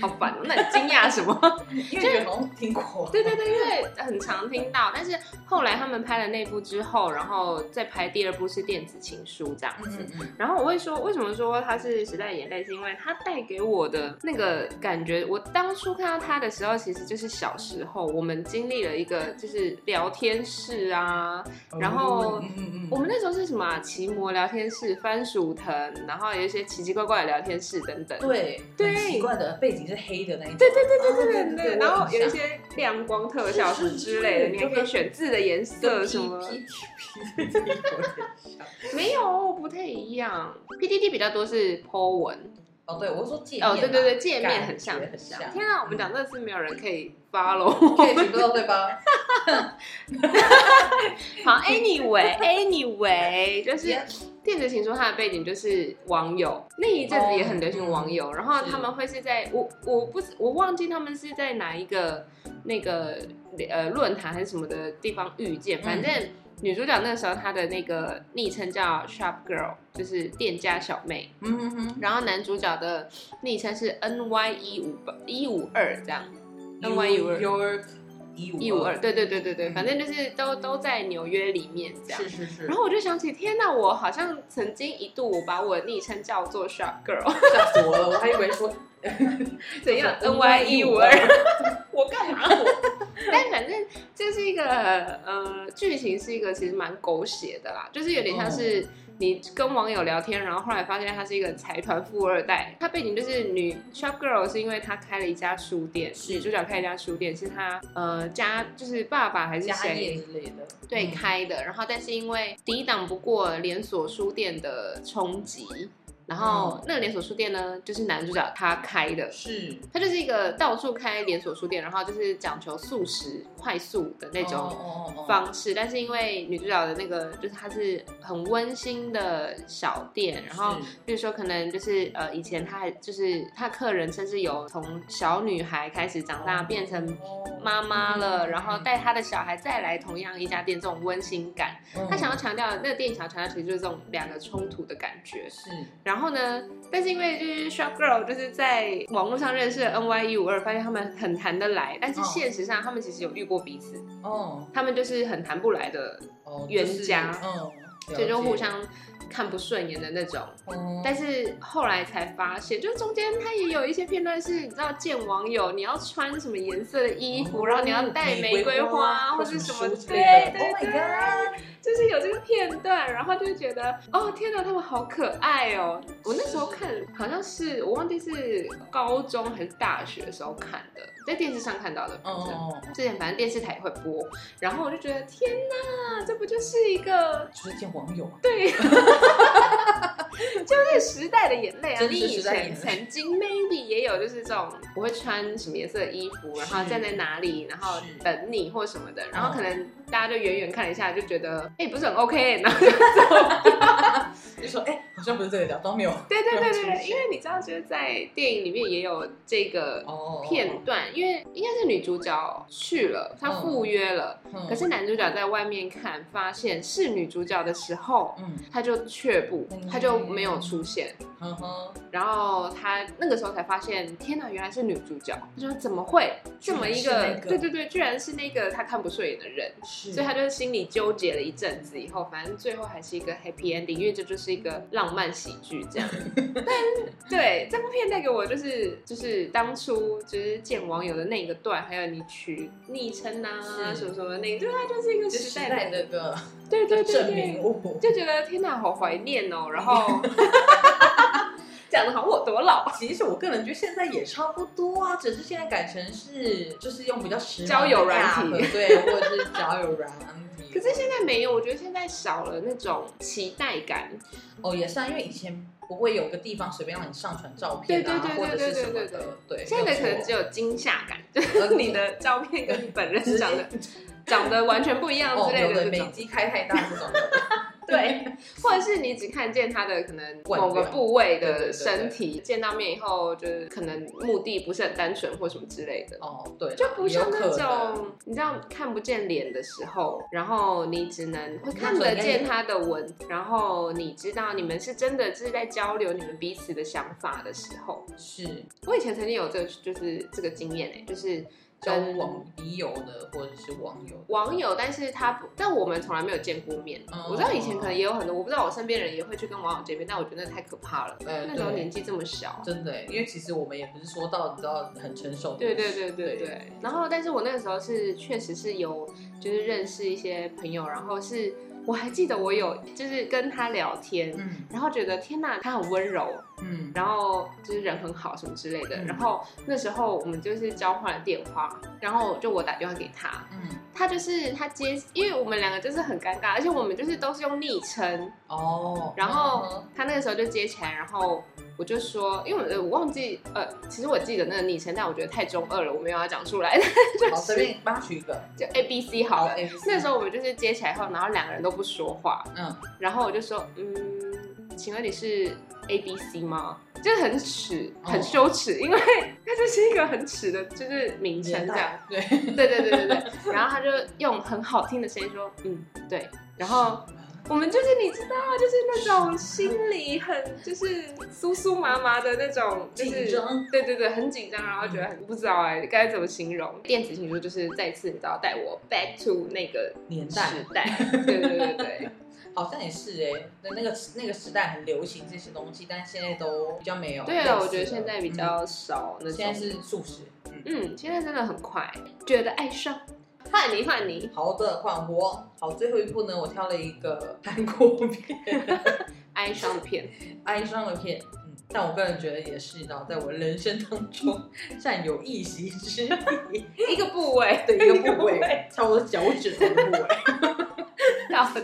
Speaker 2: 好烦哦，那你惊讶什么？
Speaker 3: 因为觉得好像听过。
Speaker 2: 对对对，因为很常听到，但是后来他们拍了那部之后，然后再拍第二部是《电子情书》这样
Speaker 3: 嗯，
Speaker 2: 子。
Speaker 3: 嗯嗯
Speaker 2: 然后我会说，为什么说它是时代的眼泪，是因为它带给我的那个感觉。我当初看到它的时候，其实就是小时候我们经历了一个就是聊天室啊，
Speaker 3: 嗯
Speaker 2: 然后
Speaker 3: 嗯嗯嗯
Speaker 2: 我们那时候是什么、啊、奇摩聊天室、番薯藤，然后有一些奇奇怪怪的聊天室等等。
Speaker 3: 对
Speaker 2: 对
Speaker 3: 很奇怪的背景是黑的那一种，对嗯对对
Speaker 2: 对对对对，然后有一
Speaker 3: 些
Speaker 2: 些亮光特效什么之类的，
Speaker 3: 是是
Speaker 2: 你
Speaker 3: 是
Speaker 2: 还可以选字的颜色什么。
Speaker 3: P P P 有点像。
Speaker 2: 没有，不太一样。P D D 比较多是 Po 文，
Speaker 3: 哦，对，我说界面啊
Speaker 2: 哦，对对对，界面很像，
Speaker 3: 感觉很像嗯
Speaker 2: 天啊，我们讲这次没有人可以 follow。
Speaker 3: 可以举不到对吧？
Speaker 2: 好，anyway，anyway，就是
Speaker 3: 也
Speaker 2: 电子情书，它的背景就是网友，那一阵子也很流行网友，然后
Speaker 3: 哦嗯是
Speaker 2: 他们会是在我我不知我忘记他们是在哪一个那个呃论坛还是什么的地方遇见，反
Speaker 3: 嗯
Speaker 2: 正。女主角那时候她的那个昵称叫 Shop Girl，就是店家小妹。
Speaker 3: 嗯哼哼
Speaker 2: 然后男主角的昵称是 N Y 一五一五二这样，N Y 一五
Speaker 3: New
Speaker 2: 二
Speaker 3: York 一
Speaker 2: 一五二，对对对对对，
Speaker 3: 嗯
Speaker 2: 反正就是都都在纽约里面这样。
Speaker 3: 是是是，
Speaker 2: 然后我就想起，天哪！我好像曾经一度，我把我的昵称叫做 Shark Girl，
Speaker 3: 吓死我了，我还以为说
Speaker 2: 怎样
Speaker 3: 就是
Speaker 2: ？N Y 一五二，
Speaker 3: 我干嘛？
Speaker 2: 但反正这是一个呃，剧情是一个其实蛮狗血的啦，就是有点像
Speaker 3: 哦
Speaker 2: 是你跟网友聊天，然后后来发现他是一个财团富二代，他背景就是女 shop girl 是因为他开了一家书店，
Speaker 3: 是
Speaker 2: 女主角开了一家书店是他呃家就是爸爸还是
Speaker 3: 家
Speaker 2: 谁。
Speaker 3: 业之类的，
Speaker 2: 对，
Speaker 3: 嗯
Speaker 2: 开的，然后但是因为抵挡不过连锁书店的冲击，然后
Speaker 3: 哦
Speaker 2: 那个连锁书店呢，就是男主角他开的，
Speaker 3: 是
Speaker 2: 它就是一个到处开连锁书店，然后就是讲求速食、快速的那种
Speaker 3: 种
Speaker 2: 方式。但是因为女主角的那个，就是它是很温馨的小店，然后比如说可能就是呃，以前她还就是她客人甚至有从小女孩开始长大变成。
Speaker 3: 哦
Speaker 2: 妈妈了，然后带她的小孩再来同样一家店，这种温馨感，
Speaker 3: 哦
Speaker 2: 她想要强调那个电影想要强调，其实就是这种两个冲突的感觉。
Speaker 3: 是
Speaker 2: 然后呢，但是因为就是 Shop Girl 就是在网络上认识了 NY 一五二，发现他们很谈得来，但是
Speaker 3: 哦
Speaker 2: 现实上他们其实有遇过彼此，
Speaker 3: 哦
Speaker 2: 他们就是很谈不来的，
Speaker 3: 哦
Speaker 2: 冤家
Speaker 3: 就是嗯，了
Speaker 2: 所以就
Speaker 3: 解
Speaker 2: 互相看不顺眼的那种。
Speaker 3: 嗯
Speaker 2: 但是后来才发现，就是中间他也有一些片段是，你知道见网友你要穿什么颜色的衣服，
Speaker 3: 哦
Speaker 2: 然后你要戴玫瑰花或
Speaker 3: 或
Speaker 2: 是什么，
Speaker 3: 书之
Speaker 2: 对
Speaker 3: 类的
Speaker 2: 对
Speaker 3: Oh
Speaker 2: 对
Speaker 3: my god！
Speaker 2: 就是有这个片段，然后就会觉得哦天哪，他们好可爱哦！我那时候看好像是我忘记是高中还是大学的时候看的，在电视上看到的，反正、
Speaker 3: 哦，
Speaker 2: 之前反正电视台也会播，然后我就觉得天哪，这不就是一个
Speaker 3: 就是见网友啊，
Speaker 2: 对，就是时代的眼泪啊！
Speaker 3: 真
Speaker 2: 你
Speaker 3: 是
Speaker 2: 以
Speaker 3: 时代的眼
Speaker 2: 前
Speaker 3: 泪
Speaker 2: 曾经 maybe 也有就是这种，我会穿什么颜色的衣服，然后
Speaker 3: 是
Speaker 2: 站在哪里，然后
Speaker 3: 是
Speaker 2: 等你或什么的，然后可能大家就远远看了一下，就觉得哎、不是很 OK，然后
Speaker 3: 就说哎、好像不是这个角，都没有哦
Speaker 2: 对对对对
Speaker 3: 没有出
Speaker 2: 对，
Speaker 3: 现
Speaker 2: 因为你知道，就是在电影里面也有这个
Speaker 3: 哦
Speaker 2: 片段，因为应该是女主角去了，她赴约了，
Speaker 3: 嗯
Speaker 2: 可是男主角在外面看，发现是女主角的时候，
Speaker 3: 嗯，
Speaker 2: 他就却步
Speaker 3: 嗯，
Speaker 2: 他就没有出现。
Speaker 3: 呵呵，
Speaker 2: 然后他那个时候才发现，天哪，原来是女主角！他说怎么会这么一
Speaker 3: 居然是那个
Speaker 2: 对对对，居然是那个他看不顺眼的人。
Speaker 3: 是
Speaker 2: 所以他就心里纠结了一阵子，以后反正最后还是一个 happy ending，因为这就是一个浪漫喜剧 这样。但对这部片带给我就是就是当初就是见网友的那个段，还有你取昵称啊
Speaker 3: 是
Speaker 2: 什么什么那，就是它就是一个
Speaker 3: 这
Speaker 2: 时
Speaker 3: 时
Speaker 2: 代
Speaker 3: 代
Speaker 2: 的
Speaker 3: 的个
Speaker 2: 对对对
Speaker 3: 证明
Speaker 2: 对，
Speaker 3: 物，
Speaker 2: 就觉得天哪，好怀念哦，然 后讲的好像我多老，
Speaker 3: 其实我个人觉得现在也差不多啊，只是现在改成是就是用比较时髦的
Speaker 2: 交友软
Speaker 3: app，
Speaker 2: 体
Speaker 3: 对，或者是交友软体。
Speaker 2: 可是现在没有，我觉得现在少了那种期待感，
Speaker 3: 哦也是啊，因为以前不会有个地方随便让你上传照片
Speaker 2: 对
Speaker 3: 啊，
Speaker 2: 对对
Speaker 3: 或者是什么
Speaker 2: 对对
Speaker 3: 的，对。
Speaker 2: 现在的可能只有惊吓感，就是你
Speaker 3: 嗯
Speaker 2: 的照片跟你本人
Speaker 3: 直接
Speaker 2: 长得 长得完全不一样
Speaker 3: 哦，
Speaker 2: 之类
Speaker 3: 有
Speaker 2: 的
Speaker 3: 的
Speaker 2: 这
Speaker 3: 美
Speaker 2: 种，
Speaker 3: 肌开太大这种 的，
Speaker 2: 对，或者是你只看见他的可能某个部位的身体，见到面以后就是可能目的不是很单纯或什么之类的。
Speaker 3: 哦对，
Speaker 2: 就不像那
Speaker 3: 有可能
Speaker 2: 种你知道看不见脸的时候，然后你只能会看
Speaker 3: 那种
Speaker 2: 得
Speaker 3: 应该
Speaker 2: 见他的纹，然后你知道你们是真的是在交流你们彼此的想法的时候，
Speaker 3: 是
Speaker 2: 我以前曾经有这个就是这个经验哎、就是
Speaker 3: 交
Speaker 2: 跟
Speaker 3: 往笔友的或者是网友的，
Speaker 2: 网友，但是他不，但我们从来没有见过面。
Speaker 3: 哦
Speaker 2: 我知道以前可能也有很多，我不知道我身边人也会去跟网友见面，但我觉得那太可怕了。
Speaker 3: 呃
Speaker 2: 那时候
Speaker 3: 对
Speaker 2: 年纪这么小，
Speaker 3: 真的耶，欸因为其实我们也不是说到你知道很成熟的，
Speaker 2: 对对对对
Speaker 3: 对
Speaker 2: 对。然后，但是我那个时候是确实是有，就是认识一些朋友，然后是我还记得我有就是跟他聊天。
Speaker 3: 嗯
Speaker 2: 然后觉得天呐，他很温柔，
Speaker 3: 嗯，
Speaker 2: 然后就是人很好什么之类的。
Speaker 3: 嗯
Speaker 2: 然后那时候我们就是交换了电话，然后就我打电话给他，
Speaker 3: 嗯
Speaker 2: 他就是他接，因为我们两个就是很尴尬，而且我们就是都是用昵称，
Speaker 3: 哦，
Speaker 2: 然后
Speaker 3: 嗯
Speaker 2: 他那个时候就接起来，然后我就说，因为我我忘记，呃，其实我记得那个昵称，但我觉得太中二了，我没有要讲出来，
Speaker 3: 好随便帮他取一个，
Speaker 2: 就 A B C 好了。
Speaker 3: 哎，
Speaker 2: 那时候我们就是接起来后，然后两个人都不说话，
Speaker 3: 嗯，
Speaker 2: 然后我就说，嗯，请问你是 A B C 吗？就是很耻，很
Speaker 3: 哦
Speaker 2: 羞耻，因为它就是一个很耻的，就是名称这样。
Speaker 3: 对，
Speaker 2: 对对对对对，然后他就用很好听的声音说，嗯，对，然后。我们就是你知道，就是那种心里很就是酥酥麻麻的那种，就是
Speaker 3: 紧张
Speaker 2: 对对对，很紧张，然后觉得很不知道哎、该怎么形容。电子情书就是再次你知道带我 back to 那个
Speaker 3: 年
Speaker 2: 时
Speaker 3: 代
Speaker 2: 代，对对对 对，
Speaker 3: 好像也是哎，那那个那个时代很流行这些东西，但现在都比较没有类
Speaker 2: 对
Speaker 3: 似了。
Speaker 2: 啊，我觉得现在比较少那
Speaker 3: 嗯
Speaker 2: 种，
Speaker 3: 现在是素食。嗯，
Speaker 2: 嗯，现在真的很快，觉得爱上，换你换你，
Speaker 3: 好的，换我。好，最后一部呢，我挑了一个韩国片，
Speaker 2: 哀伤的 片，
Speaker 3: 哀伤的片。嗯，但我个人觉得也是，你知道，在我人生当中 占有一席之 地
Speaker 2: 一个部位
Speaker 3: 的一个部
Speaker 2: 一个部位
Speaker 3: 位，差不多脚趾头的部位。
Speaker 2: 到底，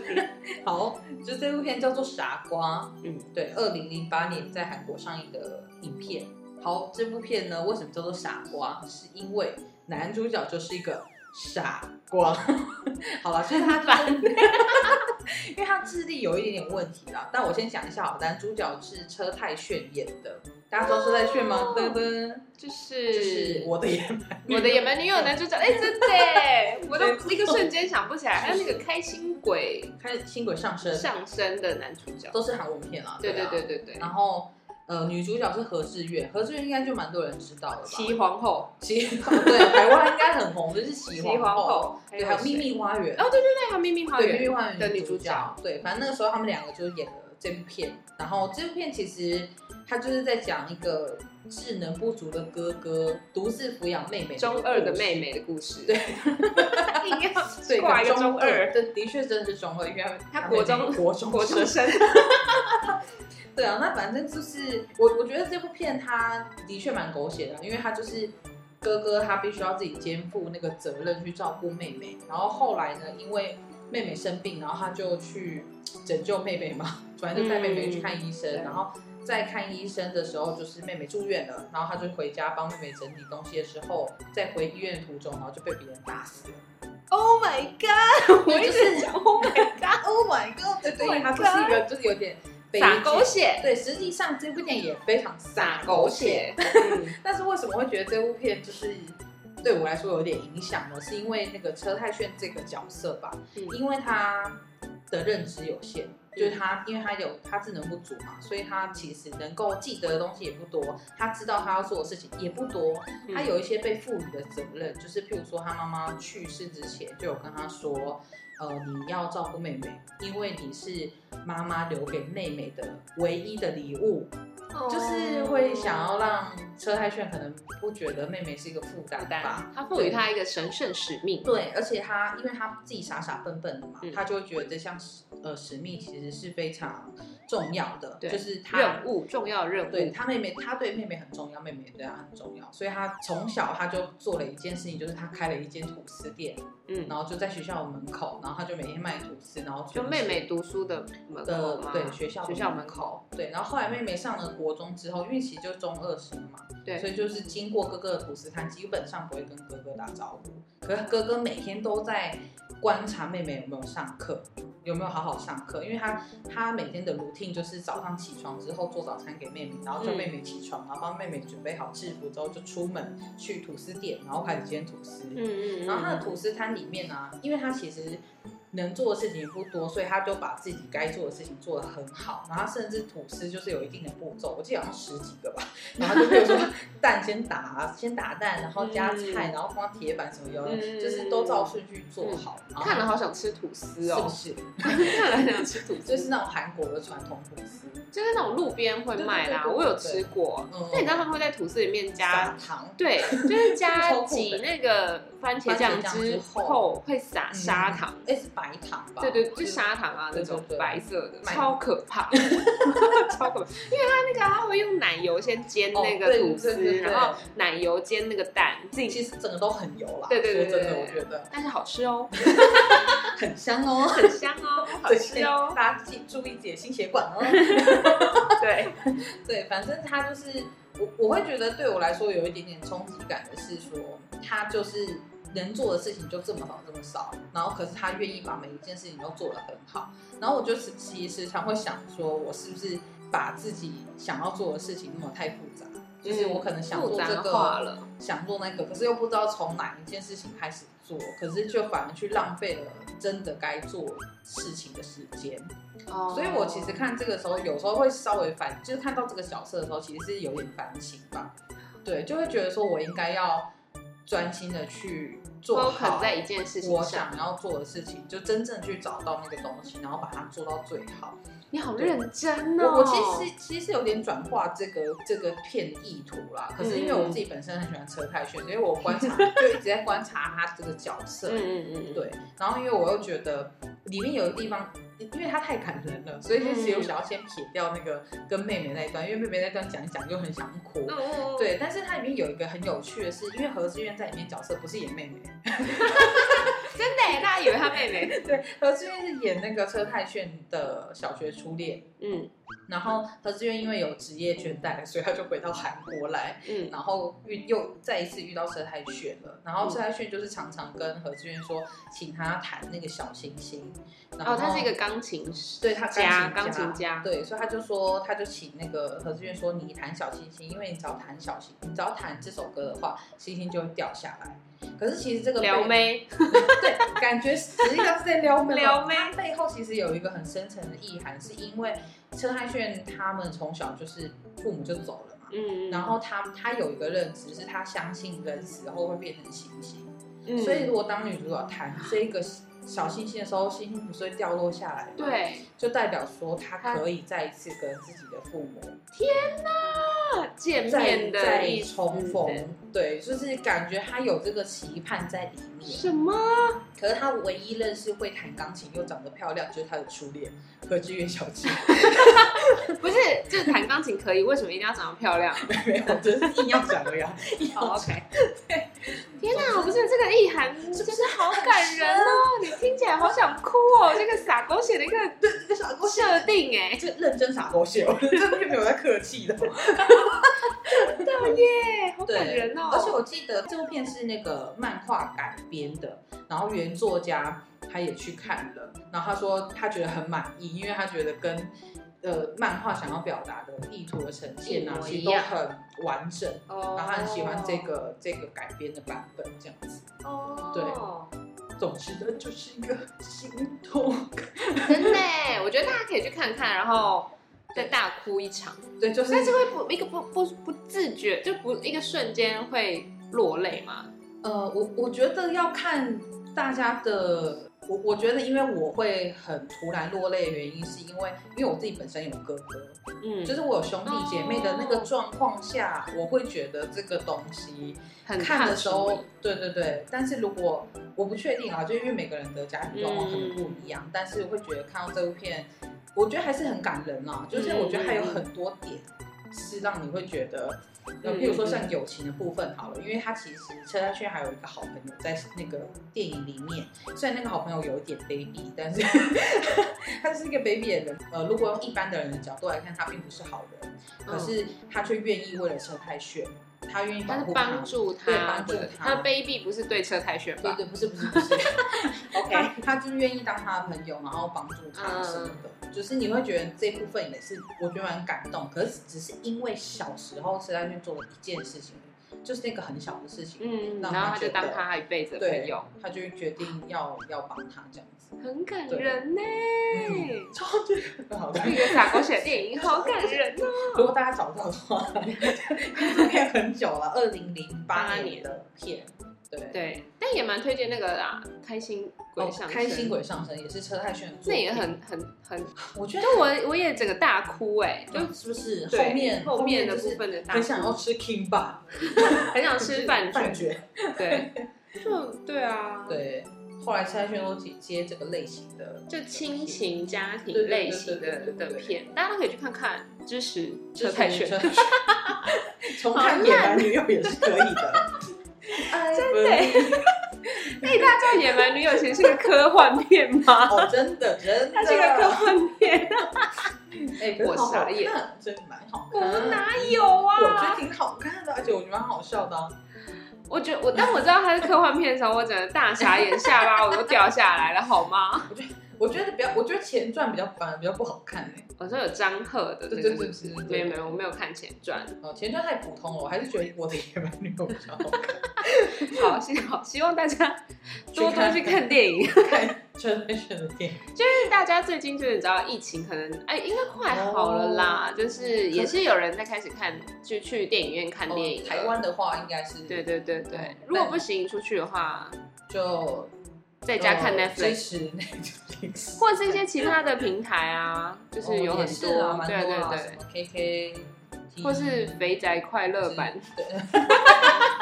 Speaker 3: 好，就这部片叫做《傻瓜》，
Speaker 2: 嗯，
Speaker 3: 对，二零零八年在韩国上映的影片。好，这部片呢，为什么叫做傻瓜？是因为男主角就是一个傻瓜。 好了，就是他 就是，因为他智力有一点点问题啦。但我先讲一下好了，男主角是车太炫演的，大家知道车太炫吗
Speaker 2: 哦？
Speaker 3: 噔噔，
Speaker 2: 就是
Speaker 3: 就是我的眼
Speaker 2: 我的野蛮女友男主角，哎、真的耶，我都一个瞬间想不起来， 还有那个开心鬼
Speaker 3: 开始轻轨上升，
Speaker 2: 上身的男主角，
Speaker 3: 都是韩文片啦。
Speaker 2: 对对
Speaker 3: 啊
Speaker 2: 对对对，
Speaker 3: 然后呃，女主角是何志远，何志远应该就蛮多人知道了吧？
Speaker 2: 齐皇后，
Speaker 3: 齐 哦对，台湾应该很红，就是齐
Speaker 2: 齐
Speaker 3: 皇
Speaker 2: 皇
Speaker 3: 后，
Speaker 2: 后，
Speaker 3: 对，还有
Speaker 2: 谁
Speaker 3: 秘，密花园，
Speaker 2: 哦对对对，还有秘密花
Speaker 3: 对，秘密
Speaker 2: 园，
Speaker 3: 花园
Speaker 2: 的女
Speaker 3: 主
Speaker 2: 主角，
Speaker 3: 对，反正那个时候他们两个就是演了这部片，然后这部片其实他就是在讲一个智能不足的哥哥独自抚养妹妹，
Speaker 2: 中二的妹。妹的故事，对，硬
Speaker 3: 对，
Speaker 2: 要挂一个中二，
Speaker 3: 这的确真的是中二，因为
Speaker 2: 他
Speaker 3: 妹妹
Speaker 2: 国中
Speaker 3: 国中
Speaker 2: 国中
Speaker 3: 生
Speaker 2: 生，
Speaker 3: 对啊，那反正就是我，我觉得这部片它的确蛮狗血的，啊因为它就是哥哥他必须要自己肩负那个责任去照顾妹妹，然后后来呢，因为妹妹生病，然后他就去拯救妹妹嘛，反正就带妹妹去看医生，
Speaker 2: 嗯对
Speaker 3: 然后在看医生的时候，就是妹妹住院了，然后他就回家帮妹妹整理东西的时候，在回医院的途中，然后就被别人打死了。
Speaker 2: Oh my god！我
Speaker 3: 对
Speaker 2: 一
Speaker 3: 就是
Speaker 2: 直讲 Oh my god！
Speaker 3: Oh my god！对对，
Speaker 2: Oh my
Speaker 3: 他就是一个就是有点悲
Speaker 2: 撒
Speaker 3: 剧
Speaker 2: 狗血，
Speaker 3: 对，实际上这部电影也非常
Speaker 2: 撒
Speaker 3: 洒
Speaker 2: 狗
Speaker 3: 狗
Speaker 2: 血嗯
Speaker 3: 血，。但是为什么会觉得这部片就是对我来说有点影响呢？是因为那个车太铉这个角色吧，
Speaker 2: 嗯
Speaker 3: 因为他的认知有限，就是他，因为他有他智能不足嘛，所以他其实能够记得的东西也不多，他知道他要做的事情也不多，他有一些被赋予的责任，就是譬如说他妈妈去世之前就有跟他说，呃，你要照顾妹妹，因为你是妈妈留给妹妹的唯一的礼物，就是
Speaker 2: 哦
Speaker 3: 会想要让车太铉可能不觉得妹妹是一个负担
Speaker 2: 负
Speaker 3: 吧
Speaker 2: 担，，他赋予他一个神圣使命。
Speaker 3: 对，而且他因为他自己傻傻笨笨的嘛，
Speaker 2: 嗯
Speaker 3: 他就会觉得这项使呃使命其实是非常重要的，
Speaker 2: 对
Speaker 3: 就是他
Speaker 2: 任务重要任务，
Speaker 3: 对他妹妹，他对妹妹很重要，妹妹也对他很重要，所以他从小他就做了一件事情，就是他开了一间吐司店，
Speaker 2: 嗯，
Speaker 3: 然后就在学校门口，然后他就每天卖吐司，然后
Speaker 2: 就
Speaker 3: 囤
Speaker 2: 妹
Speaker 3: 积
Speaker 2: 妹读书的门
Speaker 3: 的
Speaker 2: 口嘛，
Speaker 3: 对学校
Speaker 2: 学校
Speaker 3: 门
Speaker 2: 门口，
Speaker 3: 对，然后后来妹妹上了国中之后，因为其实就中二生嘛，所
Speaker 2: 对，
Speaker 3: 以就是经过哥哥的吐司摊，基本上不会跟哥哥打招呼。可是哥哥每天都在观察妹妹有没有上课，有没有好好上课，因为他他每天的 routine 就是早上起床之后做早餐给妹妹，然后叫
Speaker 2: 嗯
Speaker 3: 妹妹起床，然后帮妹妹准备好制服之后就出门去吐司店，然后开始煎吐司。
Speaker 2: 嗯嗯，
Speaker 3: 然后他的
Speaker 2: 嗯
Speaker 3: 吐司摊里面呢、啊，因为他其实能做的事情不多，所以他就把自己该做的事情做得很好。然后他甚至吐司就是有一定的步骤，我记得好像十几个吧。然后就比如说蛋先打，先打蛋，然后加菜，然后放铁板什么有的，
Speaker 2: 嗯
Speaker 3: 就是都照顺序做好。然后
Speaker 2: 看了好想吃吐司
Speaker 3: 是不
Speaker 2: 哦，
Speaker 3: 是？
Speaker 2: 看了很想吃吐司，
Speaker 3: 就是那种韩国的传统吐司，
Speaker 2: 就是那种路边会卖啦，
Speaker 3: 对对对对对
Speaker 2: 我有吃过。
Speaker 3: 嗯，
Speaker 2: 那你知道他们会在吐司里面加
Speaker 3: 撒，糖，
Speaker 2: 对，就 是加
Speaker 3: 超酷的
Speaker 2: 挤那个番茄酱之
Speaker 3: 番茄酱之后
Speaker 2: 后会撒砂糖，
Speaker 3: 哎是白糖吧？
Speaker 2: 对对，就砂糖啊那种
Speaker 3: 对对对
Speaker 2: 白色的，
Speaker 3: 买
Speaker 2: 超可怕， 超可怕，因为它那个啊它会用奶油先煎那
Speaker 3: 哦
Speaker 2: 个
Speaker 3: 对
Speaker 2: 吐司，
Speaker 3: 对对对
Speaker 2: 然后奶油煎那个蛋，自己
Speaker 3: 其实整个都很油啦。
Speaker 2: 对对对
Speaker 3: 说真的，
Speaker 2: 对
Speaker 3: 我觉得
Speaker 2: 但是好吃哦，
Speaker 3: 很香哦。
Speaker 2: 很香哦，好吃哦，
Speaker 3: 大家记注意自己的心血管 哦。
Speaker 2: 对，
Speaker 3: 对，反正他就是我，我会觉得对我来说有一点点冲击感的是说，他就是能做的事情就这么少这么少，然后可是他愿意把每一件事情都做得很好，然后我就是其实常会想说，我是不是把自己想要做的事情弄得太复杂？就是我可能想
Speaker 2: 复
Speaker 3: 做
Speaker 2: 杂
Speaker 3: 这个，
Speaker 2: 化了，
Speaker 3: 想做那个，可是又不知道从哪一件事情开始做，可是就反而去浪费了真的该做事情的时间。
Speaker 2: 哦
Speaker 3: 所以我其实看这个时候，有时候会稍微反，就是看到这个角色的时候，其实是有点反省吧。对，就会觉得说我应该要专心的去做
Speaker 2: focus
Speaker 3: 好
Speaker 2: 在一件事情
Speaker 3: 我
Speaker 2: 上，
Speaker 3: 想要做的事情，就真正去找到那个东西，然后把它做到最好。
Speaker 2: 你好认真哦，
Speaker 3: 我我其实其实有点转化这个这个片意图啦，可是因为
Speaker 2: 嗯
Speaker 3: 我自己本身很喜欢车太炫，所以我观察就一直在观察他这个角色。
Speaker 2: 嗯嗯嗯，
Speaker 3: 对，然后因为我又觉得里面有个地方，因为他太感人了，所以就其实我想要先撇掉那个跟妹妹那一段，因为妹妹那段讲一讲就很想哭。
Speaker 2: 嗯嗯嗯，
Speaker 3: 对，但是它里面有一个很有趣的是，因为何志远在里面角色不是演妹妹，
Speaker 2: 真的耶，大家以为他妹妹，
Speaker 3: 对，何志远是演那个车太炫的小学初恋。
Speaker 2: 嗯
Speaker 3: 然后何志远因为有职业倦怠，所以他就回到韩国来，
Speaker 2: 嗯，
Speaker 3: 然后遇又再一次遇到佘太炫了，然后佘太炫就是常常跟何志远说，请他弹那个小星星， 然后、
Speaker 2: 哦，他是一个钢琴师，
Speaker 3: 对他
Speaker 2: 家
Speaker 3: 钢
Speaker 2: 钢
Speaker 3: 琴
Speaker 2: 琴家，
Speaker 3: 对，所以他就说，他就请那个何志远说，你弹小星星，因为你只要弹小星，你只要弹这首歌的话，星星就会掉下来。可是其实这个
Speaker 2: 撩
Speaker 3: 背
Speaker 2: 妹，
Speaker 3: 对，感觉实际上是在撩妹。
Speaker 2: 撩妹
Speaker 3: 它背后其实有一个很深层的意涵，是因为车太炫他们从小就是父母就走了嘛，
Speaker 2: 嗯，嗯
Speaker 3: 然后他他有一个认知，是他相信人死后会变成星星，
Speaker 2: 嗯
Speaker 3: 所以如果当女主角弹这个小星星的时候，星星不是会掉落下来吗？，
Speaker 2: 对，
Speaker 3: 就代表说他可以再一次跟自己的父母
Speaker 2: 啊见
Speaker 3: 再
Speaker 2: 面的
Speaker 3: 再
Speaker 2: 意思
Speaker 3: 重
Speaker 2: 对
Speaker 3: 逢，对，就是感觉他有这个期盼在里面。
Speaker 2: 什么？
Speaker 3: 可是他唯一认识会弹钢琴又长得漂亮，就是他的初恋何志远小姐。
Speaker 2: 不是，就是弹钢琴 可以，为什么一定要长得漂亮？
Speaker 3: 没有，就是硬要讲了呀。
Speaker 2: 哦，OK，天哪，我不是这个意涵，真的好感人哦！ 你听起来好想哭哦，这个傻狗血的一个
Speaker 3: 对，这个傻狗血，
Speaker 2: 设定哎，
Speaker 3: 这认真傻狗血，我真的没有在客气的。
Speaker 2: 对耶，好感
Speaker 3: 对，
Speaker 2: 人哦！
Speaker 3: 而且我记得这部片是那个漫画改编的，然后原作家他也去看了，然后他说他觉得很满意，因为他觉得跟呃漫画想要表达的意图的呈现啊
Speaker 2: 一，模
Speaker 3: 其
Speaker 2: 一
Speaker 3: 实都
Speaker 2: 样
Speaker 3: 很完整。
Speaker 2: 哦
Speaker 3: 然后他很喜欢这个这个改编的版本，这样子。
Speaker 2: 哦，
Speaker 3: 总之呢，就是一个 心痛。
Speaker 2: 对，真的耶，我觉得大家可以去看看，然后再大哭一场。
Speaker 3: 对，就是
Speaker 2: 但是会不一个不不不自觉，就不一个瞬间会落泪嘛？
Speaker 3: 呃，我我觉得要看大家的，我我觉得因为我会很突然落泪的原因，是因为因为我自己本身有哥哥，
Speaker 2: 嗯，
Speaker 3: 就是我有兄弟姐妹的那个状况下，我会觉得这个东西
Speaker 2: 很
Speaker 3: 看的时
Speaker 2: 抗
Speaker 3: 候
Speaker 2: 拒，
Speaker 3: 对对对，但是如果我不确定啊，就因为每个人的家庭状况可能
Speaker 2: 嗯
Speaker 3: 不一样，但是我会觉得看到这部片，我觉得还是很感人啊，就是我觉得还
Speaker 2: 嗯
Speaker 3: 有很多点是让你会觉得，呃，
Speaker 2: 嗯
Speaker 3: 譬如说像友情的部分好了，因为他其实车太炫还有一个好朋友在那个电影里面，虽然那个好朋友有一点卑鄙，但是 他是一个卑鄙的人，呃，如果用一般的人的角度来看，他并不是好人，可
Speaker 2: 嗯
Speaker 3: 是他却愿意为了车太炫。他愿意保
Speaker 2: 他是
Speaker 3: 护
Speaker 2: 帮助
Speaker 3: 对
Speaker 2: 他
Speaker 3: 帮助
Speaker 2: 的，
Speaker 3: 他
Speaker 2: 他的卑鄙不是对车太炫
Speaker 3: 对
Speaker 2: 吧？
Speaker 3: 对，不是不是 不是，OK，他就是愿意当他的朋友，然后帮助他什么的，
Speaker 2: 嗯
Speaker 3: 就是你会觉得这部分也是我觉得蛮感动，可是只是因为小时候是在那做了一件事情，就是那个很小的事情，
Speaker 2: 嗯，
Speaker 3: 让
Speaker 2: 然后
Speaker 3: 他
Speaker 2: 他就
Speaker 3: 觉得
Speaker 2: 当他一辈子嗯的朋
Speaker 3: 对
Speaker 2: 友，，
Speaker 3: 他就决定要要帮他这样子，
Speaker 2: 很感
Speaker 3: 对
Speaker 2: 人呢。
Speaker 3: 嗯超觉得很好看
Speaker 2: 一个傻狗血的电影，好感人哦！
Speaker 3: 如果大家 找不到的话，这部片很久了，二零零八
Speaker 2: 08
Speaker 3: 年的片，对。
Speaker 2: 对，但也蛮推荐那个啦，《开心鬼
Speaker 3: 哦
Speaker 2: 上身》，
Speaker 3: 开心，鬼上身也是车太炫的作
Speaker 2: 那也
Speaker 3: 品
Speaker 2: 很很很，
Speaker 3: 我觉得。
Speaker 2: 就我我也整个大哭哎，就是
Speaker 3: 不是
Speaker 2: 对
Speaker 3: 嗯后面
Speaker 2: 后面的
Speaker 3: 就是
Speaker 2: 部分的大
Speaker 3: 很想要
Speaker 2: 哭，
Speaker 3: 吃 kimbap
Speaker 2: 很想吃饭
Speaker 3: 饭
Speaker 2: 卷，
Speaker 3: 卷，
Speaker 2: 对， 就对啊，，
Speaker 3: 对。后来蔡轩都接接这个类型的，
Speaker 2: 就亲情家庭
Speaker 3: 对对对
Speaker 2: 类型
Speaker 3: 对
Speaker 2: 的
Speaker 3: 对对
Speaker 2: 的
Speaker 3: 对
Speaker 2: 片，大家都可以去看看，支持
Speaker 3: 就
Speaker 2: 车
Speaker 3: 是
Speaker 2: 太炫，
Speaker 3: 车， 从看野蛮女友也是可以的。 真
Speaker 2: 对。哎，大家知道《野蛮女友》其实是个科幻片吗？
Speaker 3: 哦，真的真的，
Speaker 2: 它是个科幻片，
Speaker 3: 哎，可是
Speaker 2: 我
Speaker 3: 好好
Speaker 2: 傻眼
Speaker 3: 看，真的蛮好看。
Speaker 2: 我哪有啊？
Speaker 3: 我觉得挺好看的，而且我觉得蛮好笑的啊。
Speaker 2: 我觉我当我知道它是科幻片的时候，我整个大傻眼，下巴我都掉下来了，好吗？
Speaker 3: 我觉得比较，我觉得前传比较反而比较不好看哎。
Speaker 2: 我说有张赫的那
Speaker 3: 对
Speaker 2: 个
Speaker 3: 对对
Speaker 2: 是不是？
Speaker 3: 对对对
Speaker 2: 没有没有，我没有看前 传。
Speaker 3: 哦，前传太普通了，我还是觉得我的野蛮女友比较好看。
Speaker 2: 好，希好希望大家多多去看电影。
Speaker 3: 看陈奕迅的电影。哦
Speaker 2: 因为大家最近就是你知道疫情可能哎应该快好了
Speaker 3: 哦
Speaker 2: 啦，就是也是有人在开始看去去电影院看电影
Speaker 3: 哦
Speaker 2: 了。
Speaker 3: 台湾的话应该是
Speaker 2: 对对对对
Speaker 3: 嗯，
Speaker 2: 如果不行出去的话，
Speaker 3: 就
Speaker 2: 在家看
Speaker 3: 呃支
Speaker 2: Netflix。
Speaker 3: 持 Netflix，
Speaker 2: 或者是一些其他的平台啊，就是有很多，
Speaker 3: 哦也是啊蛮
Speaker 2: 对
Speaker 3: 多啊，
Speaker 2: 对
Speaker 3: 什么 KK，
Speaker 2: 对，或是肥宅快乐版，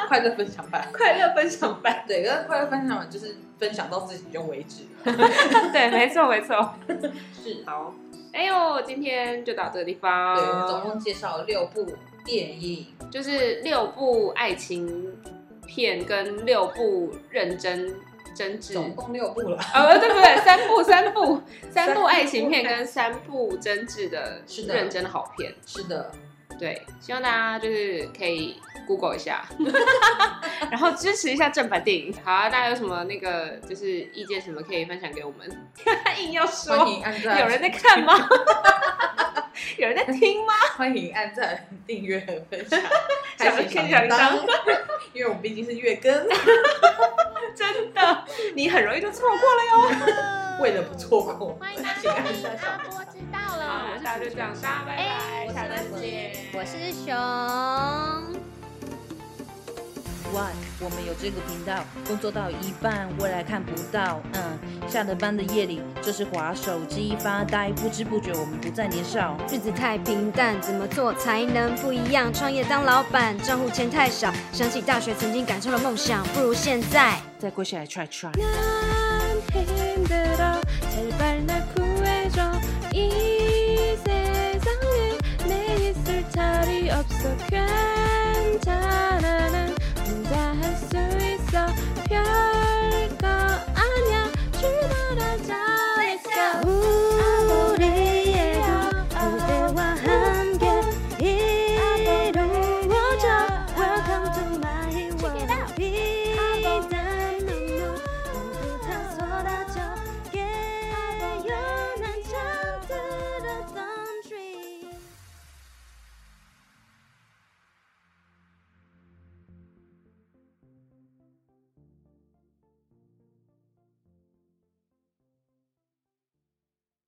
Speaker 3: 快乐分享版，
Speaker 2: 快乐分享版。
Speaker 3: 对，跟快乐分享版就是分享到自己就为止，
Speaker 2: 对，没错没错。
Speaker 3: 是，
Speaker 2: 好，哎呦，今天就到这个地
Speaker 3: 对，总
Speaker 2: 方。
Speaker 3: 共介绍了六部电影，
Speaker 2: 就是六部爱情片跟六部认真真
Speaker 3: 总
Speaker 2: 挚。
Speaker 3: 共六部了，
Speaker 2: 哦，对不对？三部，三部，三
Speaker 3: 三
Speaker 2: 部
Speaker 3: 部
Speaker 2: 爱情片跟三部真挚的
Speaker 3: 是的
Speaker 2: 认真的好片。
Speaker 3: 是的，
Speaker 2: 对，希望大家就是可以 Google 一下， 然后支持一下正版电影。好啊，大家有什么那个就是意见什么可以分享给我们？ 硬要说，
Speaker 3: 欢迎按赞，
Speaker 2: 有人在看吗？ 有人在听吗？
Speaker 3: 欢迎按赞、订阅、分 享，
Speaker 2: 小
Speaker 3: 开启
Speaker 2: 开
Speaker 3: 小铃
Speaker 2: 小铃
Speaker 3: 铛， 因为我们毕竟是月更，
Speaker 2: 真的，你很容易就错过了哟。
Speaker 3: 为了不错过，
Speaker 1: 欢迎
Speaker 3: 请
Speaker 1: 大家
Speaker 3: 按
Speaker 1: 收
Speaker 3: 下
Speaker 1: 听
Speaker 3: 小
Speaker 1: 阿
Speaker 3: 铃
Speaker 1: 波
Speaker 3: 铛。
Speaker 1: 知道了，我是
Speaker 2: 大家就这样，大家拜拜，下次见。
Speaker 1: 我是熊。
Speaker 4: What？我们有这个频道，工作到一半，未来看不到。嗯，下了班的夜里，就是划手机发呆，不知不觉我们不再年少。
Speaker 1: 日子太平淡，怎么做才能不一样？创业当老板，账户钱太少。想起大学曾经感受的梦想，不如现在。
Speaker 4: 再跪下来 try try。
Speaker 1: 啦 아, 아, 뭐. 아, 뭐.